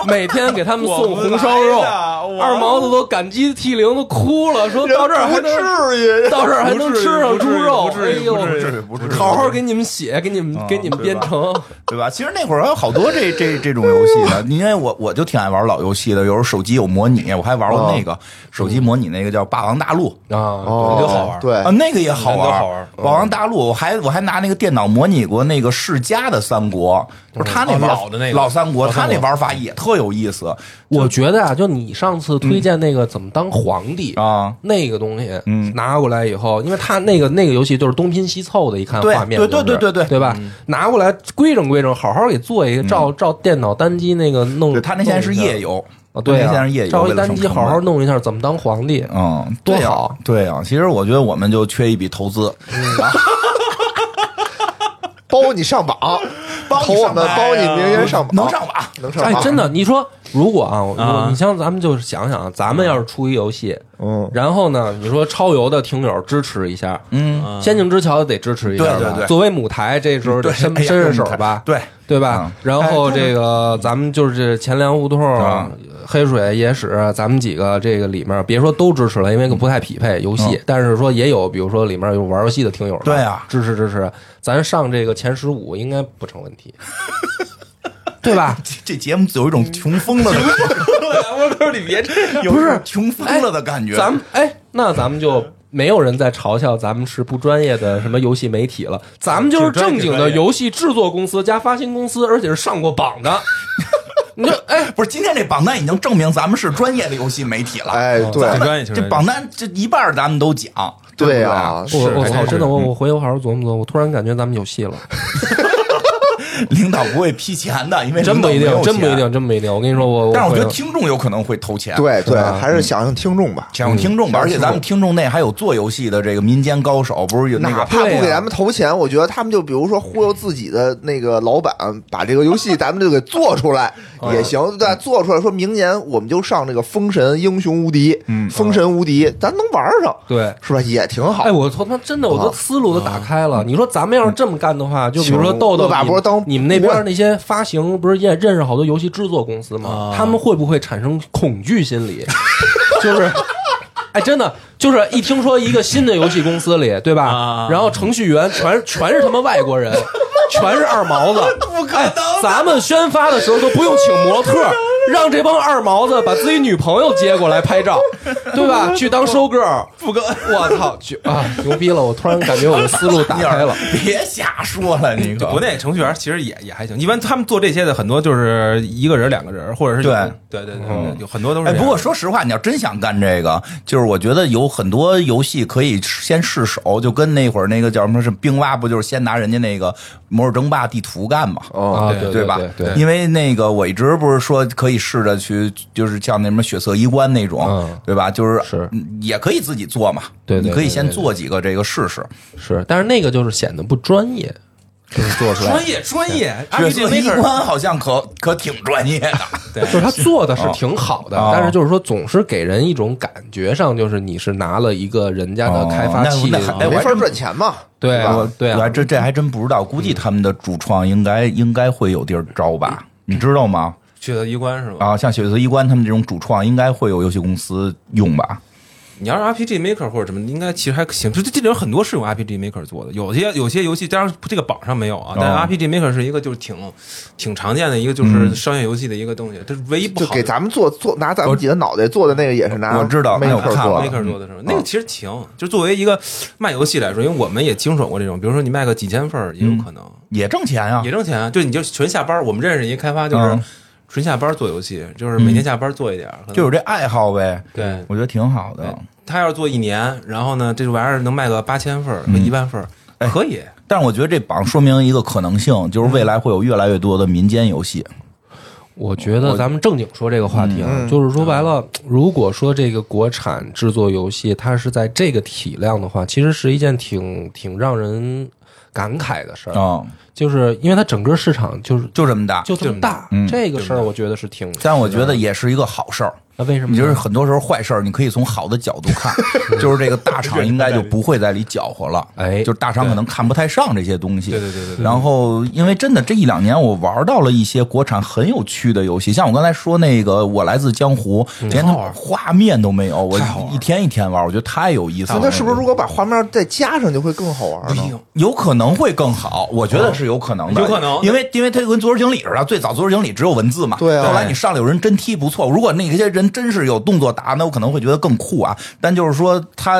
[SPEAKER 1] 每天给他们哎送红烧肉，
[SPEAKER 4] 我不来呀我
[SPEAKER 1] 二毛子都感激涕零，都哭了，说到这儿还
[SPEAKER 3] 不
[SPEAKER 1] 能
[SPEAKER 3] 至于，
[SPEAKER 1] 到这儿还能
[SPEAKER 4] 不至于
[SPEAKER 1] 吃上
[SPEAKER 4] 不至
[SPEAKER 1] 猪
[SPEAKER 4] 于
[SPEAKER 1] 肉，
[SPEAKER 4] 不
[SPEAKER 1] 哎
[SPEAKER 4] 至于
[SPEAKER 1] 呦
[SPEAKER 4] 不至于，
[SPEAKER 2] 不至于
[SPEAKER 1] 好好给你们写，给你们给你们编程，
[SPEAKER 2] 对吧？其实那会儿还有好多这这这种游戏呢，因为我我就挺爱玩老游戏的，有时候手机有模拟，我还玩过那个、
[SPEAKER 1] 哦
[SPEAKER 2] 手机模拟那个叫《霸王大陆》。
[SPEAKER 1] 啊，
[SPEAKER 3] 哦，
[SPEAKER 4] 多好玩儿
[SPEAKER 3] 对
[SPEAKER 2] 啊，，那个也好玩
[SPEAKER 4] 那
[SPEAKER 2] 儿，
[SPEAKER 4] 个好玩儿
[SPEAKER 2] 霸王大陆，我还我还拿那个电脑模拟过那个世嘉的三国，就是他那玩、
[SPEAKER 4] 哦老的那个
[SPEAKER 2] 老三国，
[SPEAKER 4] 老三
[SPEAKER 2] 他
[SPEAKER 4] 国
[SPEAKER 2] 那玩法也特有意思
[SPEAKER 1] 我觉得啊，就你上次推荐那个怎么当皇帝
[SPEAKER 2] 啊。
[SPEAKER 1] 那个东西，
[SPEAKER 2] 嗯
[SPEAKER 1] 拿过来以后，因为他那个那个游戏就是东拼西凑的，一看
[SPEAKER 2] 对
[SPEAKER 1] 画面就
[SPEAKER 2] 对
[SPEAKER 1] 是，
[SPEAKER 2] 对对对对嗯
[SPEAKER 1] 对吧？拿过来规整规整，好好给做一个，照照电脑单机那个弄
[SPEAKER 2] 对，，他那现在是夜游，
[SPEAKER 1] 啊，对
[SPEAKER 2] 他那
[SPEAKER 1] 啊
[SPEAKER 2] 现在是夜，游，
[SPEAKER 1] 照
[SPEAKER 2] 为
[SPEAKER 1] 一
[SPEAKER 2] 了
[SPEAKER 1] 单
[SPEAKER 2] 省
[SPEAKER 1] 机
[SPEAKER 2] 成
[SPEAKER 1] 好好
[SPEAKER 2] 本
[SPEAKER 1] 弄一下怎么当皇帝，
[SPEAKER 2] 嗯，
[SPEAKER 1] 多
[SPEAKER 2] 对呀
[SPEAKER 1] 好嗯啊
[SPEAKER 2] 对呀、其实我觉得我们就缺一笔投资，
[SPEAKER 3] 包你上榜，
[SPEAKER 2] 帮
[SPEAKER 3] 投
[SPEAKER 2] 你
[SPEAKER 3] 我
[SPEAKER 2] 上
[SPEAKER 3] 们，
[SPEAKER 2] 班
[SPEAKER 3] 包你
[SPEAKER 2] 呀
[SPEAKER 3] 明年上榜，
[SPEAKER 2] 能上榜，
[SPEAKER 3] 能上
[SPEAKER 1] 哎，
[SPEAKER 3] 榜，
[SPEAKER 1] 真的，你说如果啊，我
[SPEAKER 4] 啊
[SPEAKER 1] 你像咱们就是想想啊，咱们要是出一游戏，
[SPEAKER 3] 嗯，
[SPEAKER 1] 然后呢，你说超游的听友支持一下，
[SPEAKER 2] 嗯，
[SPEAKER 1] 《仙境之桥》得支持一下吧，
[SPEAKER 2] 对对对
[SPEAKER 1] 作为母台，这时候得
[SPEAKER 2] 对
[SPEAKER 1] 伸
[SPEAKER 2] 哎呀
[SPEAKER 1] 伸伸手吧，
[SPEAKER 2] 对
[SPEAKER 1] 对吧
[SPEAKER 2] 嗯？哎
[SPEAKER 1] 然后这个咱们就是钱粮胡同啊
[SPEAKER 2] 啊、
[SPEAKER 1] 黑水野史，咱们几个这个里面，别说都支持了，因为不太匹配游戏，但是说也有，比如说里面有玩游戏的听友，
[SPEAKER 2] 嗯对啊
[SPEAKER 1] 支持支持，咱上这个前十五应该不成问
[SPEAKER 2] (laughs)
[SPEAKER 1] 题，对吧？
[SPEAKER 2] 这 (laughs) 这节目有一种穷疯了的感觉，
[SPEAKER 1] (laughs)
[SPEAKER 4] 我说你别这样，
[SPEAKER 2] 有一种穷疯了的感觉。
[SPEAKER 1] 咱们哎，那咱们就没有人在嘲笑咱们是不专业的什么游戏媒体了，咱们就是正经的游戏制作公司加发行公司，而且是上过榜
[SPEAKER 4] (laughs)
[SPEAKER 1] 的。你这哎，
[SPEAKER 2] 不是今天这榜单已经证明咱们是专业的游戏媒体了，
[SPEAKER 3] 哎，对
[SPEAKER 2] 咱
[SPEAKER 4] 挺
[SPEAKER 2] 们
[SPEAKER 4] 专业挺专
[SPEAKER 2] 这
[SPEAKER 4] 业
[SPEAKER 2] 榜单这一半儿咱们都讲，
[SPEAKER 3] 对
[SPEAKER 2] 不
[SPEAKER 3] 啊，
[SPEAKER 1] 我我
[SPEAKER 4] 还
[SPEAKER 1] 操！
[SPEAKER 4] 真是嗯
[SPEAKER 1] 真的，我我回去我好好琢磨琢磨。我突然感觉咱们有戏了，
[SPEAKER 2] (laughs) 领导不会批钱的，因
[SPEAKER 4] 哎
[SPEAKER 2] 为
[SPEAKER 1] 真不一
[SPEAKER 2] 领导
[SPEAKER 1] 定，
[SPEAKER 2] 没有
[SPEAKER 1] 真不一
[SPEAKER 2] 钱。
[SPEAKER 1] 定，真不一定。我跟你说，我
[SPEAKER 2] 但是我觉得
[SPEAKER 1] 回
[SPEAKER 2] 听众有可能会投钱，，
[SPEAKER 3] 对对，
[SPEAKER 1] 吧
[SPEAKER 3] 还是想想听众吧。
[SPEAKER 2] 想用听众吧。
[SPEAKER 3] 嗯
[SPEAKER 2] 而且咱们听众内还有做游戏的这个民间高手，不是有那
[SPEAKER 3] 哪
[SPEAKER 2] 个
[SPEAKER 3] 怕
[SPEAKER 1] 对
[SPEAKER 3] 不
[SPEAKER 1] 啊
[SPEAKER 3] 给咱们投钱，我觉得他们就比如说忽悠自己的那个老板，把这个游戏咱们就给做
[SPEAKER 2] (laughs)
[SPEAKER 3] 出来
[SPEAKER 2] 嗯
[SPEAKER 3] 也行，对吧？做出来说明年我们就上这个《封神英雄无敌》，
[SPEAKER 2] 嗯
[SPEAKER 3] 封神无敌》，咱能玩上，
[SPEAKER 1] 对，
[SPEAKER 3] 是吧？也挺好
[SPEAKER 1] 哎，。我他妈真的，我都思路都打开了。你说咱们要是这么干的话，就比如说豆豆，
[SPEAKER 3] 恶霸
[SPEAKER 1] 你
[SPEAKER 3] 波当
[SPEAKER 1] 你们那边那些发行不是也认识好多游戏制作公司吗？他们会不会产生恐惧心理？就是。哎，真的，就是一听说一个新的游戏公司里，对吧？然后程序员全全是他妈外国人，全是二毛子， (laughs) 不可能！咱们宣发的时候都不用请模特，让这帮二毛子把自己女朋友接过来拍照，对吧？去当收 girl，
[SPEAKER 2] 不哥，
[SPEAKER 1] 我操，去啊，牛逼了！我突然感觉我的思路打开 (laughs) 了。
[SPEAKER 2] 别瞎说了，你
[SPEAKER 4] (laughs) 就
[SPEAKER 2] 可
[SPEAKER 4] 国内程序员其实也也还行，一般他们做这些的很多就是一个人、两个人，或者是有对对对对，有很多都是
[SPEAKER 2] 哎，
[SPEAKER 4] 这样。
[SPEAKER 2] 不过说实话，你要真想干这个，就是我觉得有很多游戏可以先试手，就跟那会儿那个叫什么是冰蛙，不就是先拿人家那个《魔兽争霸》地图干嘛？
[SPEAKER 3] 哦，
[SPEAKER 1] 啊，
[SPEAKER 4] 对
[SPEAKER 1] 对
[SPEAKER 2] 吧？
[SPEAKER 1] 对对，
[SPEAKER 2] 因为那个我一直不是说可以试着去，就是像那什么血色衣冠那种，
[SPEAKER 1] 嗯
[SPEAKER 2] 对吧？就是
[SPEAKER 1] 是
[SPEAKER 2] 嗯也可以自己做嘛，
[SPEAKER 1] 对对对
[SPEAKER 2] 你可以先
[SPEAKER 1] 对对
[SPEAKER 2] 做几个这个试试。
[SPEAKER 1] 是，但是那个就是显得不专业， (laughs) 就是做出来，
[SPEAKER 4] 专业专业，
[SPEAKER 2] 血
[SPEAKER 4] 啊
[SPEAKER 2] 色衣冠好像可可挺专业的，
[SPEAKER 1] 就是他做的是挺好的
[SPEAKER 2] 哦，
[SPEAKER 1] 但是就是说总是给人一种感觉上，就是你是拿了一个人家的开发器啊
[SPEAKER 2] 哦那那还哎
[SPEAKER 3] 没
[SPEAKER 2] 我
[SPEAKER 3] 法赚钱嘛，
[SPEAKER 1] (laughs) 对
[SPEAKER 2] 我
[SPEAKER 1] 啊嗯对
[SPEAKER 2] 我
[SPEAKER 1] 啊
[SPEAKER 2] 还，这这还真不知道，估计他们的主创应该应该会有地儿招吧？
[SPEAKER 1] 嗯
[SPEAKER 2] 你知道吗？
[SPEAKER 4] 去的衣冠是吧？
[SPEAKER 2] 啊，像血色衣冠他们这种主创，应该会有游戏公司用吧？
[SPEAKER 4] 你要是 RPG Maker 或者什么，应该其实还行。这这这里有很多是用 RPG Maker 做的，有些有些游戏当然这个榜上没有啊，但
[SPEAKER 2] 哦
[SPEAKER 4] RPG Maker 是一个就是挺挺常见的一个
[SPEAKER 2] 嗯
[SPEAKER 4] 就是商业游戏的一个东西，这是唯一不
[SPEAKER 3] 就
[SPEAKER 4] 好
[SPEAKER 3] 给
[SPEAKER 4] 的。
[SPEAKER 3] 咱们做做拿咱们几个脑袋做的那个也是拿
[SPEAKER 2] 我知道
[SPEAKER 3] 没
[SPEAKER 2] 哎我
[SPEAKER 3] 事
[SPEAKER 2] 看
[SPEAKER 3] 做
[SPEAKER 2] 了
[SPEAKER 3] 的，
[SPEAKER 4] Maker 做的是
[SPEAKER 2] 嗯
[SPEAKER 4] 吧？那个其实挺，就作为一个卖游戏来说，因为我们也经手过这种，比如说你卖个几千份儿也有可能，
[SPEAKER 2] 也挣钱啊
[SPEAKER 4] 也，挣钱啊。就你就纯下班儿，我们认识一开发就是
[SPEAKER 2] 嗯
[SPEAKER 4] 纯下班儿做游戏，就是每天下班儿做一点儿，可能
[SPEAKER 2] 就有这爱好呗。
[SPEAKER 4] 对
[SPEAKER 2] 我觉得挺好的。
[SPEAKER 4] 他要是做一年，然后呢，这玩意儿能卖个八千份儿
[SPEAKER 2] 嗯
[SPEAKER 4] 和一万份儿，
[SPEAKER 2] 哎
[SPEAKER 4] 可以。
[SPEAKER 2] 但是我觉得这榜说明一个可能性，就是未来会有越来越多的民间游戏。
[SPEAKER 1] 我觉得咱们正经说这个话题啊，就是说白了，如果说这个国产制作游戏它是在这个体量的话，其实是一件挺挺让人感慨的事儿，
[SPEAKER 2] 嗯，
[SPEAKER 1] 就是因为它整个市场就是
[SPEAKER 2] 就这么大。
[SPEAKER 1] 就这么大，
[SPEAKER 2] 嗯
[SPEAKER 1] 这个事儿我觉得是挺。
[SPEAKER 2] 但我觉得也是一个好事儿。
[SPEAKER 1] 那为什么
[SPEAKER 2] 你
[SPEAKER 1] 呢？
[SPEAKER 2] 就是很多时候坏事儿，你可以从好的角度看，就是这个大厂应该就不会在里搅和了。
[SPEAKER 1] 哎
[SPEAKER 2] 就是大厂可能看不太上这些东西。
[SPEAKER 4] 对对对对对
[SPEAKER 2] 然后，因为真的这一两年，我玩到了一些国产很有趣的游戏，像我刚才说那个《我来自江湖》，连画面都没有，我一天一天玩，我觉得太有意思
[SPEAKER 3] 那
[SPEAKER 2] 了。
[SPEAKER 3] 它是不是如果把画面再加上就会更好
[SPEAKER 2] 嗯
[SPEAKER 3] 玩呢？
[SPEAKER 2] 有可能会更好，我觉得是有可能的，
[SPEAKER 3] 哦
[SPEAKER 4] 有可能
[SPEAKER 2] 因为因为他跟足球经理似的，最早足球经理只有文字嘛，
[SPEAKER 3] 对啊
[SPEAKER 2] 后来你上来有人真踢不错，如果那些人真是有动作打，那我可能会觉得更酷啊。但就是说他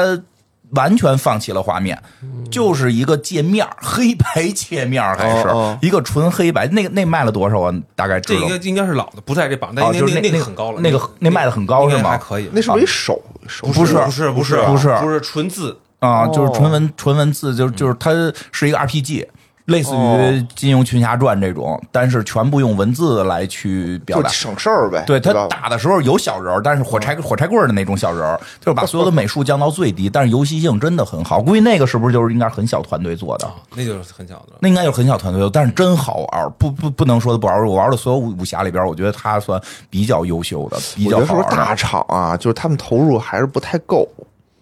[SPEAKER 2] 完全放弃了画面，
[SPEAKER 3] 嗯
[SPEAKER 2] 就是一个界面儿黑白界面儿还是
[SPEAKER 3] 哦哦
[SPEAKER 2] 一个纯黑白，那个那卖了多少啊？大概知
[SPEAKER 4] 这
[SPEAKER 2] 道
[SPEAKER 4] 应该应该是老的，不在这榜，但
[SPEAKER 2] 哦
[SPEAKER 4] 那
[SPEAKER 2] 就是
[SPEAKER 4] 那
[SPEAKER 2] 那
[SPEAKER 4] 那
[SPEAKER 2] 那
[SPEAKER 4] 个很高了，
[SPEAKER 2] 那个那卖得很高
[SPEAKER 4] 那个
[SPEAKER 2] 是吗
[SPEAKER 4] 还可以，
[SPEAKER 3] 那是不是一手手
[SPEAKER 2] 不是
[SPEAKER 4] 不是不是
[SPEAKER 2] 不是
[SPEAKER 4] 不是纯字，
[SPEAKER 2] 啊，就是
[SPEAKER 3] 哦嗯
[SPEAKER 2] 纯文纯文字，就是就是它是一个 RPG，类似于
[SPEAKER 3] 哦
[SPEAKER 2] 《金庸群侠传》这种，但是全部用文字来去表
[SPEAKER 3] 就
[SPEAKER 2] 达。
[SPEAKER 3] 省事儿呗，
[SPEAKER 2] 对他
[SPEAKER 3] 吧？
[SPEAKER 2] 打的时候有小人儿，但是火
[SPEAKER 3] 嗯
[SPEAKER 2] 柴火柴棍儿的那种小人儿，就是把所有的美术降到最低，但是游戏性真的很好。估计那个是不是就是应该是很小团队做的？
[SPEAKER 4] 啊，那就是很小的了。
[SPEAKER 2] 那应该就是很小团队做，但是真好玩儿，不不不能说的不好玩儿。我玩的所有武侠里边儿，我觉得它算比较优秀的，比
[SPEAKER 3] 我
[SPEAKER 2] 较
[SPEAKER 3] 觉得是
[SPEAKER 2] 好
[SPEAKER 3] 不
[SPEAKER 2] 玩
[SPEAKER 3] 是
[SPEAKER 2] 儿
[SPEAKER 3] 大
[SPEAKER 2] 的。
[SPEAKER 3] 厂啊，就是他们投入还是不太够。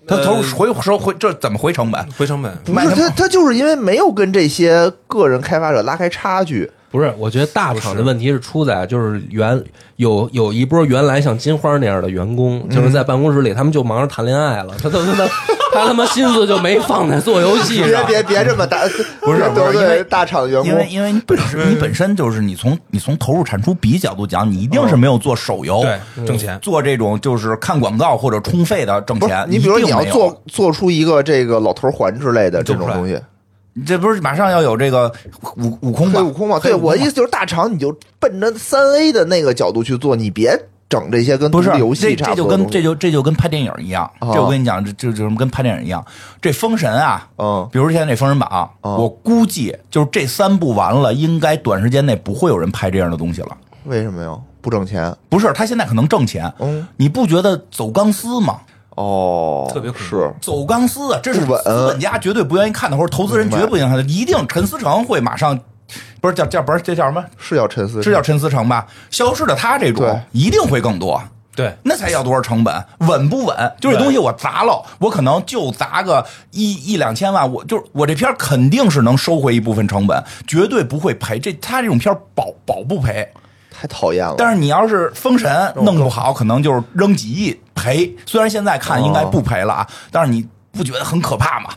[SPEAKER 2] 他投
[SPEAKER 3] 呃
[SPEAKER 2] 回说回这怎么回成本？
[SPEAKER 4] 回成本
[SPEAKER 3] 不
[SPEAKER 2] 卖
[SPEAKER 3] 是
[SPEAKER 2] 他
[SPEAKER 3] 他，他就是因为没有跟这些个人开发者拉开差距，
[SPEAKER 1] 不是，我觉得大厂的问题是出在就是原有有一波原来像金花那样的员工，
[SPEAKER 2] 嗯
[SPEAKER 1] 就是在办公室里他们就忙着谈恋爱了，他他他他他他妈心思就没放在做游
[SPEAKER 2] (laughs)
[SPEAKER 1] 戏
[SPEAKER 3] 别
[SPEAKER 1] 上。
[SPEAKER 3] 别别这么大，不
[SPEAKER 2] 是啊不
[SPEAKER 3] (laughs)
[SPEAKER 2] 是
[SPEAKER 3] 对不
[SPEAKER 2] 因为
[SPEAKER 3] 对？大厂的员
[SPEAKER 2] 因为
[SPEAKER 3] 工
[SPEAKER 2] 因为你本身你本身就是你从你从投入产出比角度讲，你一定是没有做手
[SPEAKER 3] 嗯
[SPEAKER 2] 游
[SPEAKER 4] 对挣钱
[SPEAKER 2] 做这种就是看广告或者充费的挣
[SPEAKER 3] 不是
[SPEAKER 2] 钱。
[SPEAKER 3] 你，比如说
[SPEAKER 2] 一
[SPEAKER 3] 你
[SPEAKER 2] 定
[SPEAKER 3] 要
[SPEAKER 2] 没有
[SPEAKER 3] 做，做出一个这个老头环之类的这
[SPEAKER 4] 做不
[SPEAKER 3] 种
[SPEAKER 4] 出来
[SPEAKER 3] 东西，
[SPEAKER 2] 这不是马上要有这个悟悟空
[SPEAKER 3] 黑
[SPEAKER 2] 吧？
[SPEAKER 3] 悟空嘛，对
[SPEAKER 2] 黑悟空
[SPEAKER 3] 我的意思就是大厂你就奔着三 A 的那个角度去做，你别整这些跟
[SPEAKER 2] 不是
[SPEAKER 3] 独立游戏
[SPEAKER 2] 这这
[SPEAKER 3] 差不
[SPEAKER 2] 就
[SPEAKER 3] 多的
[SPEAKER 2] 跟
[SPEAKER 3] 东
[SPEAKER 2] 这
[SPEAKER 3] 西。
[SPEAKER 2] 就这就跟拍电影一样，
[SPEAKER 3] 啊
[SPEAKER 2] 这我跟你讲，这这就是跟拍电影一样。这《封神》啊，
[SPEAKER 3] 嗯
[SPEAKER 2] 比如现在这《封神榜》
[SPEAKER 3] 啊
[SPEAKER 2] 我估计就是这三部完了，应该短时间内不会有人拍这样的东西了。
[SPEAKER 3] 为什么呀？不挣钱
[SPEAKER 2] 不是，他现在可能挣钱，
[SPEAKER 3] 嗯
[SPEAKER 2] 你不觉得走钢丝吗？
[SPEAKER 3] 哦，
[SPEAKER 4] 特别恐怖
[SPEAKER 3] 是
[SPEAKER 2] 走钢丝啊，这是
[SPEAKER 3] 不稳
[SPEAKER 2] 资本家绝对不愿意看的，或者投资人绝对不愿意看的，一定陈思诚会马上，不是叫叫不是这叫什么？
[SPEAKER 3] 是要沉思，
[SPEAKER 2] 是叫陈思诚吧？消失的他这种
[SPEAKER 3] 对
[SPEAKER 2] 一定会更多。
[SPEAKER 4] 对，
[SPEAKER 2] 那才要多少成本？稳不稳？就这
[SPEAKER 4] 对
[SPEAKER 2] 东西我砸了，我可能就砸个一一两千万，我就是我这片儿肯定是能收回一部分成本，绝对不会赔。这他这种片儿保保不赔。
[SPEAKER 3] 太讨厌了。
[SPEAKER 2] 但是你要是封神
[SPEAKER 3] 哦
[SPEAKER 2] 弄不好，可能就是扔几亿赔。虽然现在
[SPEAKER 3] 哦
[SPEAKER 2] 看应该不赔了啊，但是你不觉得很可怕吗？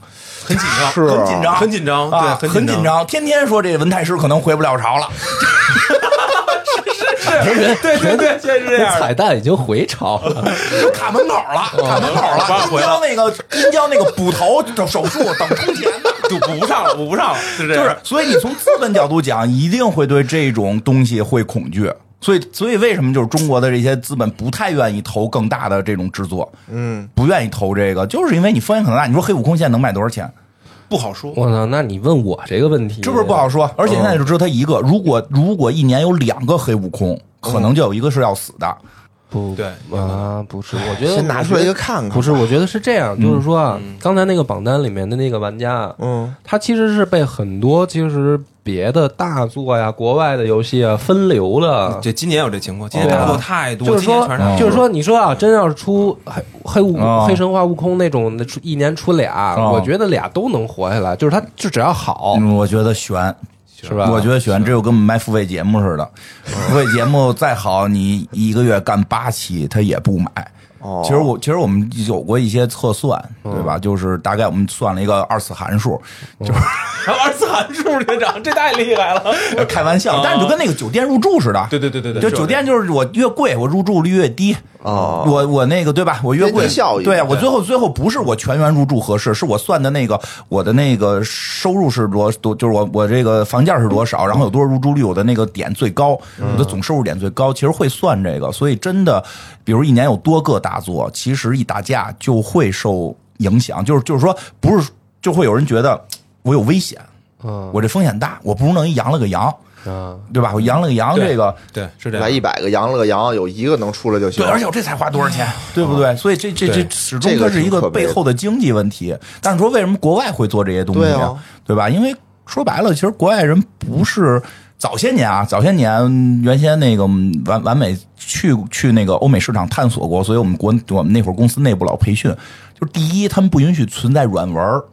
[SPEAKER 4] 很紧张，
[SPEAKER 3] 是啊
[SPEAKER 2] 很紧张，
[SPEAKER 4] 很紧张
[SPEAKER 2] 啊，
[SPEAKER 4] 对
[SPEAKER 2] 很
[SPEAKER 4] 很紧张
[SPEAKER 2] 张。天天说这文太师可能回不了朝了，
[SPEAKER 1] 别人
[SPEAKER 4] 哎对对对， (laughs) 现在是这样的。
[SPEAKER 1] 彩蛋已经回潮
[SPEAKER 2] (laughs)
[SPEAKER 1] 了，
[SPEAKER 2] 就卡门口了，卡门口了。
[SPEAKER 4] 回
[SPEAKER 2] 殷郊那
[SPEAKER 4] 来
[SPEAKER 2] 个殷郊那个捕头手术等充钱 (laughs) 呢。
[SPEAKER 4] 就补不上了，补不上了， (laughs) 是这
[SPEAKER 2] 就
[SPEAKER 4] 样
[SPEAKER 2] 是，所以你从资本角度讲，一定会对这种东西会恐惧。所以，所以为什么就是中国的这些资本不太愿意投更大的这种制作，嗯，不愿意投这个，就是因为你风险很大。你说黑悟空现在能卖多少钱，
[SPEAKER 4] 不好说。
[SPEAKER 1] 我操！那你问我这个问题，
[SPEAKER 2] 是不是不好说？而且现在就只有他一个。如果如果一年有两个黑悟空，可能就有一个是要死的。
[SPEAKER 1] 不
[SPEAKER 4] 对
[SPEAKER 1] 啊，不是，我觉得
[SPEAKER 3] 先拿出来一个看看，
[SPEAKER 1] 不是，我觉得是这样，
[SPEAKER 2] 嗯
[SPEAKER 1] 就是说啊，刚才那个榜单里面的那个玩家啊，
[SPEAKER 3] 嗯，
[SPEAKER 1] 他其实是被很多其实别的大作呀、国外的游戏啊分流了。
[SPEAKER 4] 这今年有这情况，今年
[SPEAKER 1] 对啊
[SPEAKER 4] 大作太多，
[SPEAKER 1] 就是
[SPEAKER 4] 今年
[SPEAKER 1] 说
[SPEAKER 4] 全是大，作
[SPEAKER 1] 就是说，你说啊，真要是出黑黑悟
[SPEAKER 2] 哦
[SPEAKER 1] 黑神话悟空那种的，出一年出俩，
[SPEAKER 2] 哦
[SPEAKER 1] 我觉得俩都能活下来，就是他就只要
[SPEAKER 4] 哦
[SPEAKER 1] 好，
[SPEAKER 2] 嗯，我觉得悬，
[SPEAKER 1] 是吧？
[SPEAKER 2] 我觉得悬，这就跟我们卖付费节目似的，付费节目再好，你一个月干八期，他也不买。
[SPEAKER 3] 哦，
[SPEAKER 2] 其实我其实我们有过一些测算，
[SPEAKER 4] 嗯
[SPEAKER 2] 对吧？就是大概我们算了一个二次函
[SPEAKER 4] (laughs)
[SPEAKER 2] 数，就是
[SPEAKER 4] 还有 (laughs) 二次函数连长，这太厉害了。
[SPEAKER 2] 开玩笑
[SPEAKER 4] 啊，
[SPEAKER 2] 但是就跟那个酒店入住似的。
[SPEAKER 4] (laughs) 对对对对对，
[SPEAKER 2] 就是
[SPEAKER 4] 有
[SPEAKER 2] 酒
[SPEAKER 4] 这样
[SPEAKER 2] 店就是我越贵，我入住率越低。
[SPEAKER 3] 哦
[SPEAKER 2] 我我那个对吧？我越
[SPEAKER 3] 最
[SPEAKER 2] 贵
[SPEAKER 3] 低效益
[SPEAKER 2] 对我最后最后不是我全员入住合适，是我算的那个我的那个收入是多多，就是我我这个房价是多少，然后有多少入住率，我的那个点最高，
[SPEAKER 3] 嗯
[SPEAKER 2] 我的总收入点最高，其实会算这个。所以真的，比如一年有多个大作，其实一打架就会受影响，就是就是说不是就会有人觉得我有危险，
[SPEAKER 1] 嗯
[SPEAKER 2] 我这风险大，我不如弄一羊了个羊，
[SPEAKER 1] 啊，
[SPEAKER 2] 对吧？我羊了个羊
[SPEAKER 4] 对
[SPEAKER 2] 这个。
[SPEAKER 4] 对啊是这
[SPEAKER 3] 来
[SPEAKER 4] 样。
[SPEAKER 3] 一百个羊了个羊，有一个能出来就行。
[SPEAKER 2] 对，而且我这才花多少钱，啊对不对？所以这这
[SPEAKER 4] 对
[SPEAKER 2] 这始终
[SPEAKER 3] 这个
[SPEAKER 2] 它是一
[SPEAKER 3] 挺
[SPEAKER 2] 个
[SPEAKER 3] 可悲
[SPEAKER 2] 背
[SPEAKER 3] 的
[SPEAKER 2] 后的经济问题。但是说为什么国外会做这些东西
[SPEAKER 3] 对
[SPEAKER 2] 呀、
[SPEAKER 3] 啊
[SPEAKER 2] 对吧？因为说白了，其实国外人不是早些年啊，早些年嗯原先那个嗯完完美去去那个欧美市场探索过，所以我们国我们那会儿公司内部老培训，就是第一，他们不允许存在软文儿。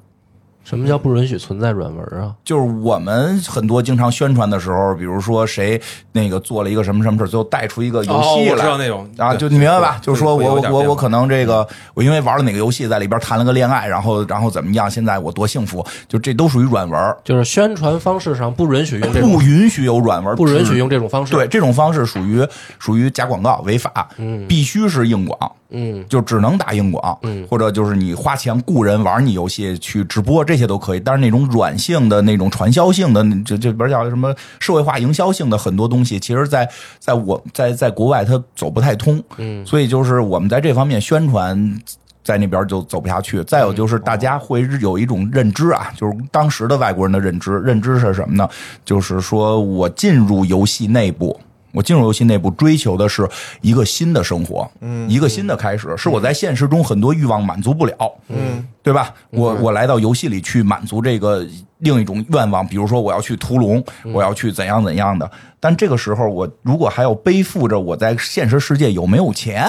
[SPEAKER 1] 什么叫不允许存在软文啊？
[SPEAKER 2] 就是我们很多经常宣传的时候，比如说谁那个做了一个什么什么事儿，最后带出一个游
[SPEAKER 4] 哦
[SPEAKER 2] 戏
[SPEAKER 4] 我
[SPEAKER 2] 来，
[SPEAKER 4] 知道那种
[SPEAKER 2] 啊，
[SPEAKER 4] 对
[SPEAKER 2] 就你明白吧？
[SPEAKER 4] 会
[SPEAKER 2] 就是说
[SPEAKER 4] 会
[SPEAKER 2] 我
[SPEAKER 4] 有点
[SPEAKER 2] 我
[SPEAKER 4] 变
[SPEAKER 2] 我
[SPEAKER 4] 化
[SPEAKER 2] 可能这个我因为玩了哪个游戏，在里边谈了个恋爱，然后然后怎么样？现在我多幸福，就这都属于软文儿，
[SPEAKER 1] 就是宣传方式上不允许用这种
[SPEAKER 2] 不允许有软文儿，
[SPEAKER 1] 不允
[SPEAKER 2] 只
[SPEAKER 1] 许用这种方式。
[SPEAKER 2] 对，这种方式属于属于假广告，违法，必须是硬广，
[SPEAKER 1] 嗯，
[SPEAKER 2] 就只能打硬广，或者就是你花钱雇人玩你游戏去直播，这些都可以。但是那种软性的、那种传销性的，这这边叫什么社会化营销性的很多东西，其实在在我在在国外它走不太通，嗯，所以就是我们在这方面宣传。在那边就走不下去。再有就是大家会有一种认知啊，就是当时的外国人的认知，认知是什么呢？就是说我进入游戏内部。我进入游戏内部追求的是一个新的生活，嗯，一个新的开始，是我在现实中很多欲望满足不了，嗯，对吧？我我来到游戏里去满足这个另一种愿望，比如说我要去屠龙，我要去怎样怎样的。但这个时候，我如果还要背负着我在现实世界有没有钱，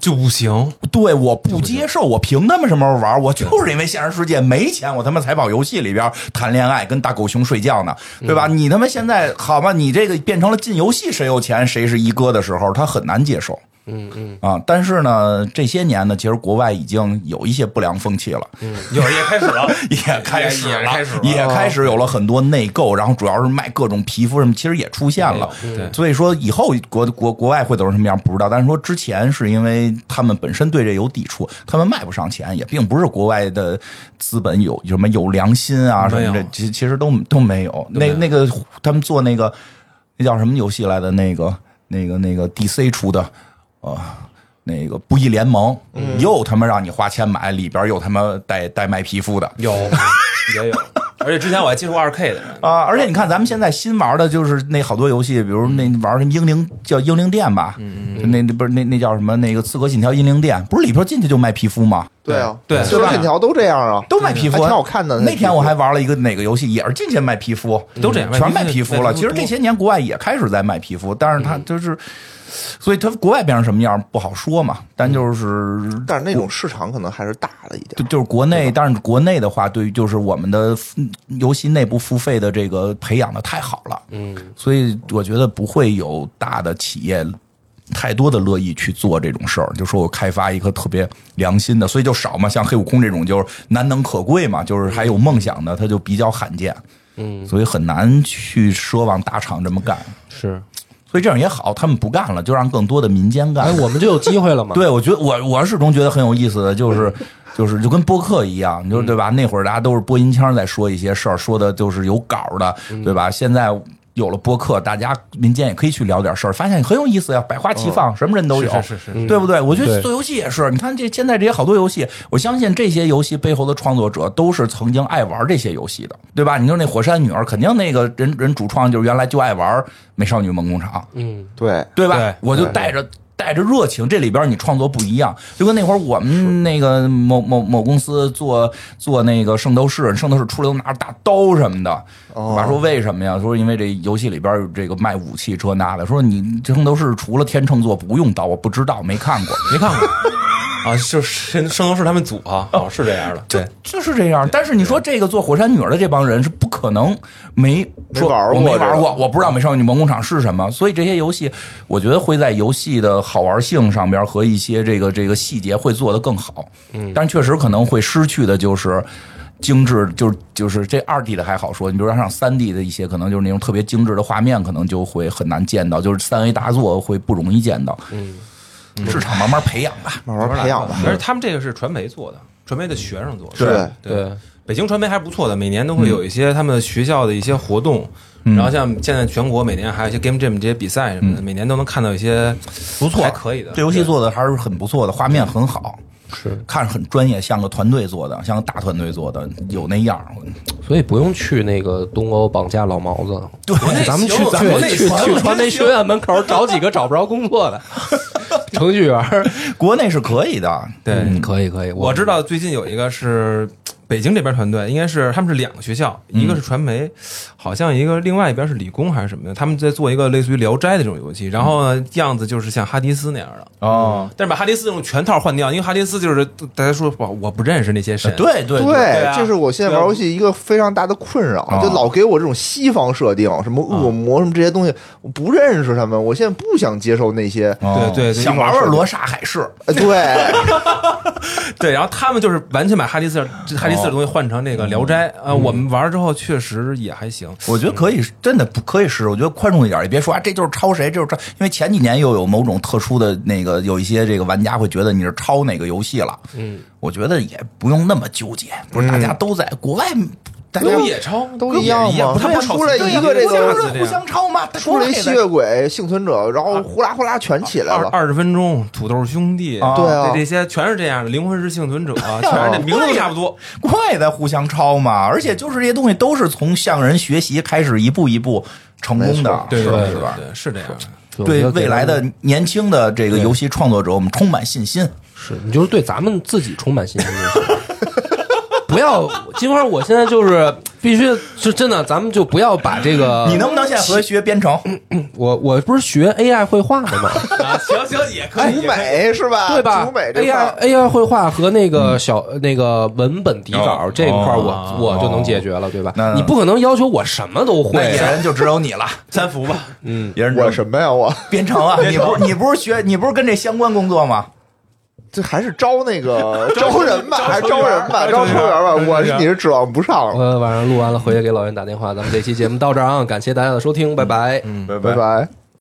[SPEAKER 4] 就不行，
[SPEAKER 2] 对，我不接受，我凭他们什么时候玩？我就是因为现实世界没钱，我他妈才跑游戏里边谈恋爱，跟大狗熊睡觉呢，对吧？你他妈现在好吧，你这个变成了进游戏谁有钱谁是一哥的时候，他很难接受。嗯嗯啊，但是呢，这些年呢，其实国外已经有一些不良风气了，
[SPEAKER 4] 有 (laughs) 也开始了，
[SPEAKER 2] 也开始
[SPEAKER 4] 也
[SPEAKER 2] 了，
[SPEAKER 4] 也开始了哦
[SPEAKER 2] 也开始有了很多内购，然后主要是卖各种皮肤什么，其实也出现了。
[SPEAKER 4] 对
[SPEAKER 2] 所以说以后国国国外会走成什么样不知道，但是说之前是因为他们本身对这有抵触，他们卖不上钱，也并不是国外的资本有有什么有良心啊什么
[SPEAKER 4] 没有
[SPEAKER 2] 的，其其实都都没有。那那个他们做那个那叫什么游戏来的那个那个那个 DC 出的。呃，那个不义联盟，
[SPEAKER 4] 嗯
[SPEAKER 2] 又他妈让你花钱买，里边又他妈带带卖皮肤的
[SPEAKER 4] 有也有，而且之前我还接触二 K 的，
[SPEAKER 2] 啊！而且你看咱们现在新玩的就是那好多游戏，比如
[SPEAKER 4] 嗯
[SPEAKER 2] 那玩什么英灵叫英灵殿吧，就那那不是那那叫什么那个刺客信条英灵殿，不是里边进去就卖皮肤吗？
[SPEAKER 3] 对啊，
[SPEAKER 4] 对
[SPEAKER 3] 就是
[SPEAKER 4] 吧
[SPEAKER 3] 信条都这样啊，
[SPEAKER 2] 都卖皮肤，
[SPEAKER 3] 还挺好看的那
[SPEAKER 2] 那
[SPEAKER 3] 皮
[SPEAKER 2] 天
[SPEAKER 3] 肤
[SPEAKER 2] 我还玩了一个哪个游戏，也是进去卖皮肤，
[SPEAKER 4] 嗯都这样
[SPEAKER 2] 全卖
[SPEAKER 4] 卖
[SPEAKER 2] 皮
[SPEAKER 4] 皮
[SPEAKER 2] 肤
[SPEAKER 4] 肤
[SPEAKER 2] 了。
[SPEAKER 4] 卖皮肤
[SPEAKER 2] 其
[SPEAKER 4] 嗯
[SPEAKER 2] 实这些年国外也开始在卖皮肤，但是它就是，所以它国外变成什么样不好说嘛。但就是，
[SPEAKER 3] 但是那种市场可能还是大了一点
[SPEAKER 2] 就。就是国内，但是国内的话，对于就是我们的嗯游戏内部付费的这个培养的太好了，嗯，所以我觉得不会有大的企业。太多的乐意去做这种事儿，就说我开发一个特别良心的，所以就少嘛。像黑悟空这种就是难能可贵嘛，就是还有梦想的，它就比较罕见，嗯，所以很难去奢望大厂这么干。
[SPEAKER 1] 是，
[SPEAKER 2] 所以这样也好，他们不干了，就让更多的民间干。
[SPEAKER 1] 哎，我们就有机会了嘛。
[SPEAKER 2] 对，我觉得我我始终觉得很有意思的就是，就是就跟播客一样，你
[SPEAKER 4] 嗯
[SPEAKER 2] 说对吧？那会儿大家都是播音腔在说一些事儿，说的就是有稿儿的，
[SPEAKER 4] 嗯
[SPEAKER 2] 对吧？现在。有了播客，大家民间也可以去聊点事儿，发现很有意思呀，百花齐放，什么人都有，
[SPEAKER 4] 哦是是是
[SPEAKER 2] 对不对？我觉得
[SPEAKER 1] 对
[SPEAKER 2] 做游戏也是，你看这现在这些好多游戏，我相信这些游戏背后的创作者都是曾经爱玩这些游戏的，对吧？你说那火山女儿，肯定那个人人主创就是原来就爱玩美少女梦工厂，
[SPEAKER 1] 嗯，
[SPEAKER 3] 对，
[SPEAKER 2] 对吧？
[SPEAKER 4] 对
[SPEAKER 2] 我就带着带着热情，这里边你创作不一样，就跟那会儿我们那个某某某公司做做那个圣斗士，圣斗士出来都拿着大刀什么的，
[SPEAKER 4] 哦
[SPEAKER 2] 我爸说为什么呀？说因为这游戏里边有这个卖武器这那的，说你圣斗士除了天秤座不用刀，我不知道，没看过。
[SPEAKER 4] 没看过啊，就是圣圣斗士他们组啊，哦是这样的，对，
[SPEAKER 2] 就是这样，但是你说这个做火山女儿的这帮人是不可能没说
[SPEAKER 3] 玩
[SPEAKER 2] 我
[SPEAKER 3] 过
[SPEAKER 2] 没
[SPEAKER 3] 这
[SPEAKER 2] 玩
[SPEAKER 3] 个
[SPEAKER 2] 过，我不知道美少女梦工厂是什么，所以这些游戏，我觉得会在游戏的好玩性上边和一些这个这个细节会做得更好，嗯，但确实可能会失去的就是精致，就是就是这二 D 的还好说，你比如说像三 D 的一些，可能就是那种特别精致的画面，可能就会很难见到，就是三 A 大作会不容易见到，嗯，市场慢慢培养吧，
[SPEAKER 3] 慢慢培养吧。
[SPEAKER 4] 而且他们这个是传媒做的，传媒的学生做的，
[SPEAKER 3] 对对
[SPEAKER 1] 对，
[SPEAKER 4] 北京传媒还是不错的，每年都会有一些他们学校的一些活动，然后像现在全国每年还有一些 Game Jam 这些比赛什么的，每年都能看到一些
[SPEAKER 2] 不错，
[SPEAKER 4] 还可以的
[SPEAKER 2] 这游戏做的还是很不错的，画面很好，
[SPEAKER 1] 是，
[SPEAKER 2] 看着很专业，像个团队做的，像个大团队做的，有那样儿。
[SPEAKER 1] 所以不用去那个东欧绑架老毛子。
[SPEAKER 2] 对，
[SPEAKER 1] 咱们去
[SPEAKER 4] 行咱们
[SPEAKER 1] 去
[SPEAKER 4] 内
[SPEAKER 1] 去
[SPEAKER 4] 传
[SPEAKER 1] 去传媒学院门口找几个找不着工作的程序员儿，
[SPEAKER 2] 国内是可以的，
[SPEAKER 4] 对。
[SPEAKER 1] (laughs) 嗯，可以可以，
[SPEAKER 4] 我知道最近有一个是北京这边团队，应该是他们是两个学校，
[SPEAKER 3] 嗯
[SPEAKER 4] 一个是传媒，好像一个另外一边是理工还是什么的，他们在做一个类似于《聊斋》的这种游戏，然后
[SPEAKER 3] 嗯
[SPEAKER 4] 呢样子就是像哈迪斯那样的，
[SPEAKER 2] 哦，
[SPEAKER 4] 但是把哈迪斯这种全套换掉，因为哈迪斯就是大家说哇我不认识那些神，
[SPEAKER 2] 对对
[SPEAKER 3] 呃对
[SPEAKER 4] 啊，
[SPEAKER 3] 这是我现在玩游戏一个非常大的困扰
[SPEAKER 2] 啊，
[SPEAKER 3] 就老给我这种西方设定，什么恶魔什么这些东西，我不认识他们，我现在不想接受那些。
[SPEAKER 2] 哦
[SPEAKER 4] 对对对
[SPEAKER 2] 想玩玩罗刹海市，
[SPEAKER 3] 呃对，
[SPEAKER 4] 对，然后他们就是完全把哈迪斯这哈迪斯的东西换成那个《聊
[SPEAKER 3] 嗯
[SPEAKER 4] 斋》啊，我们玩了之后确实也还行，
[SPEAKER 2] 我觉得可以，真的不可以试。我觉得宽容一点，也别说啊，这就是抄谁，这就是抄。因为前几年又有某种特殊的那个，有一些这个玩家会觉得你是抄哪个游戏了。嗯，我觉得也不用那么纠结，不是大
[SPEAKER 3] 嗯
[SPEAKER 2] 家都在国外，大家
[SPEAKER 4] 都野抄，
[SPEAKER 3] 都一样嘛
[SPEAKER 4] 不他不
[SPEAKER 3] 对
[SPEAKER 4] 是抄
[SPEAKER 3] 出来
[SPEAKER 4] 袭
[SPEAKER 3] 一个这
[SPEAKER 4] 不
[SPEAKER 3] 个
[SPEAKER 4] 是不是
[SPEAKER 2] 互相抄嘛，
[SPEAKER 3] 出了一吸血鬼、幸存者，然后呼啦呼啦全起来
[SPEAKER 4] 二
[SPEAKER 3] 了。
[SPEAKER 4] 二十分钟，土豆兄弟，
[SPEAKER 2] 啊
[SPEAKER 3] 对啊
[SPEAKER 4] 这这些全是这样的，灵魂是幸 (laughs) 存者，全是这名字都差不多。
[SPEAKER 2] 怪在互相抄嘛，而且就是这些东西都是从向人学习开始，一步一步成功的，
[SPEAKER 4] 对
[SPEAKER 2] 是
[SPEAKER 4] 对
[SPEAKER 2] 吧？
[SPEAKER 4] 对
[SPEAKER 2] 是吧？
[SPEAKER 4] 对，是这样的。
[SPEAKER 2] 对未来的年轻的这个
[SPEAKER 1] 对
[SPEAKER 2] 游戏创作者，我们充满信心。
[SPEAKER 1] 是你就是对咱们自己充满信心就行。不要，金花，我现在就是必须，是真的，咱们就不要把这个
[SPEAKER 4] 嗯
[SPEAKER 2] 你能不能现在和学编程？
[SPEAKER 1] 我我不是学 AI 绘画的吗？
[SPEAKER 4] (laughs) 啊，行行，也可
[SPEAKER 3] 主美是吧？
[SPEAKER 1] 对吧
[SPEAKER 3] 主美这
[SPEAKER 1] ？AI
[SPEAKER 3] 块儿
[SPEAKER 1] AI 绘画和那个小、那个文本底稿、这块儿我，
[SPEAKER 4] 哦
[SPEAKER 1] 我就能解决了，对吧
[SPEAKER 2] 那？
[SPEAKER 1] 你不可能要求我什么都会
[SPEAKER 2] 那野
[SPEAKER 1] 啊。
[SPEAKER 2] 人就只有你了，嗯
[SPEAKER 4] (laughs) 三福吧。
[SPEAKER 2] 野人只有
[SPEAKER 3] 我什么呀？我
[SPEAKER 2] 编程
[SPEAKER 4] (laughs)
[SPEAKER 2] 啊？你不你不是学你不是跟这相关工作吗？
[SPEAKER 3] 这还是招那个
[SPEAKER 4] 招
[SPEAKER 3] 招人吧，
[SPEAKER 4] 招
[SPEAKER 3] 还是
[SPEAKER 4] 程序
[SPEAKER 3] 招
[SPEAKER 4] 员
[SPEAKER 3] 人吧，
[SPEAKER 4] 招
[SPEAKER 3] 招程
[SPEAKER 4] 程序
[SPEAKER 3] 序
[SPEAKER 4] 员
[SPEAKER 3] 员吧。
[SPEAKER 4] 招
[SPEAKER 3] 我
[SPEAKER 4] 程序员
[SPEAKER 3] 你是指望不上了，
[SPEAKER 1] 我晚上录完了，回去给老袁打电话。咱们这期节目到这儿啊，感谢大家的收听，拜拜。嗯。
[SPEAKER 2] 拜
[SPEAKER 3] 拜拜。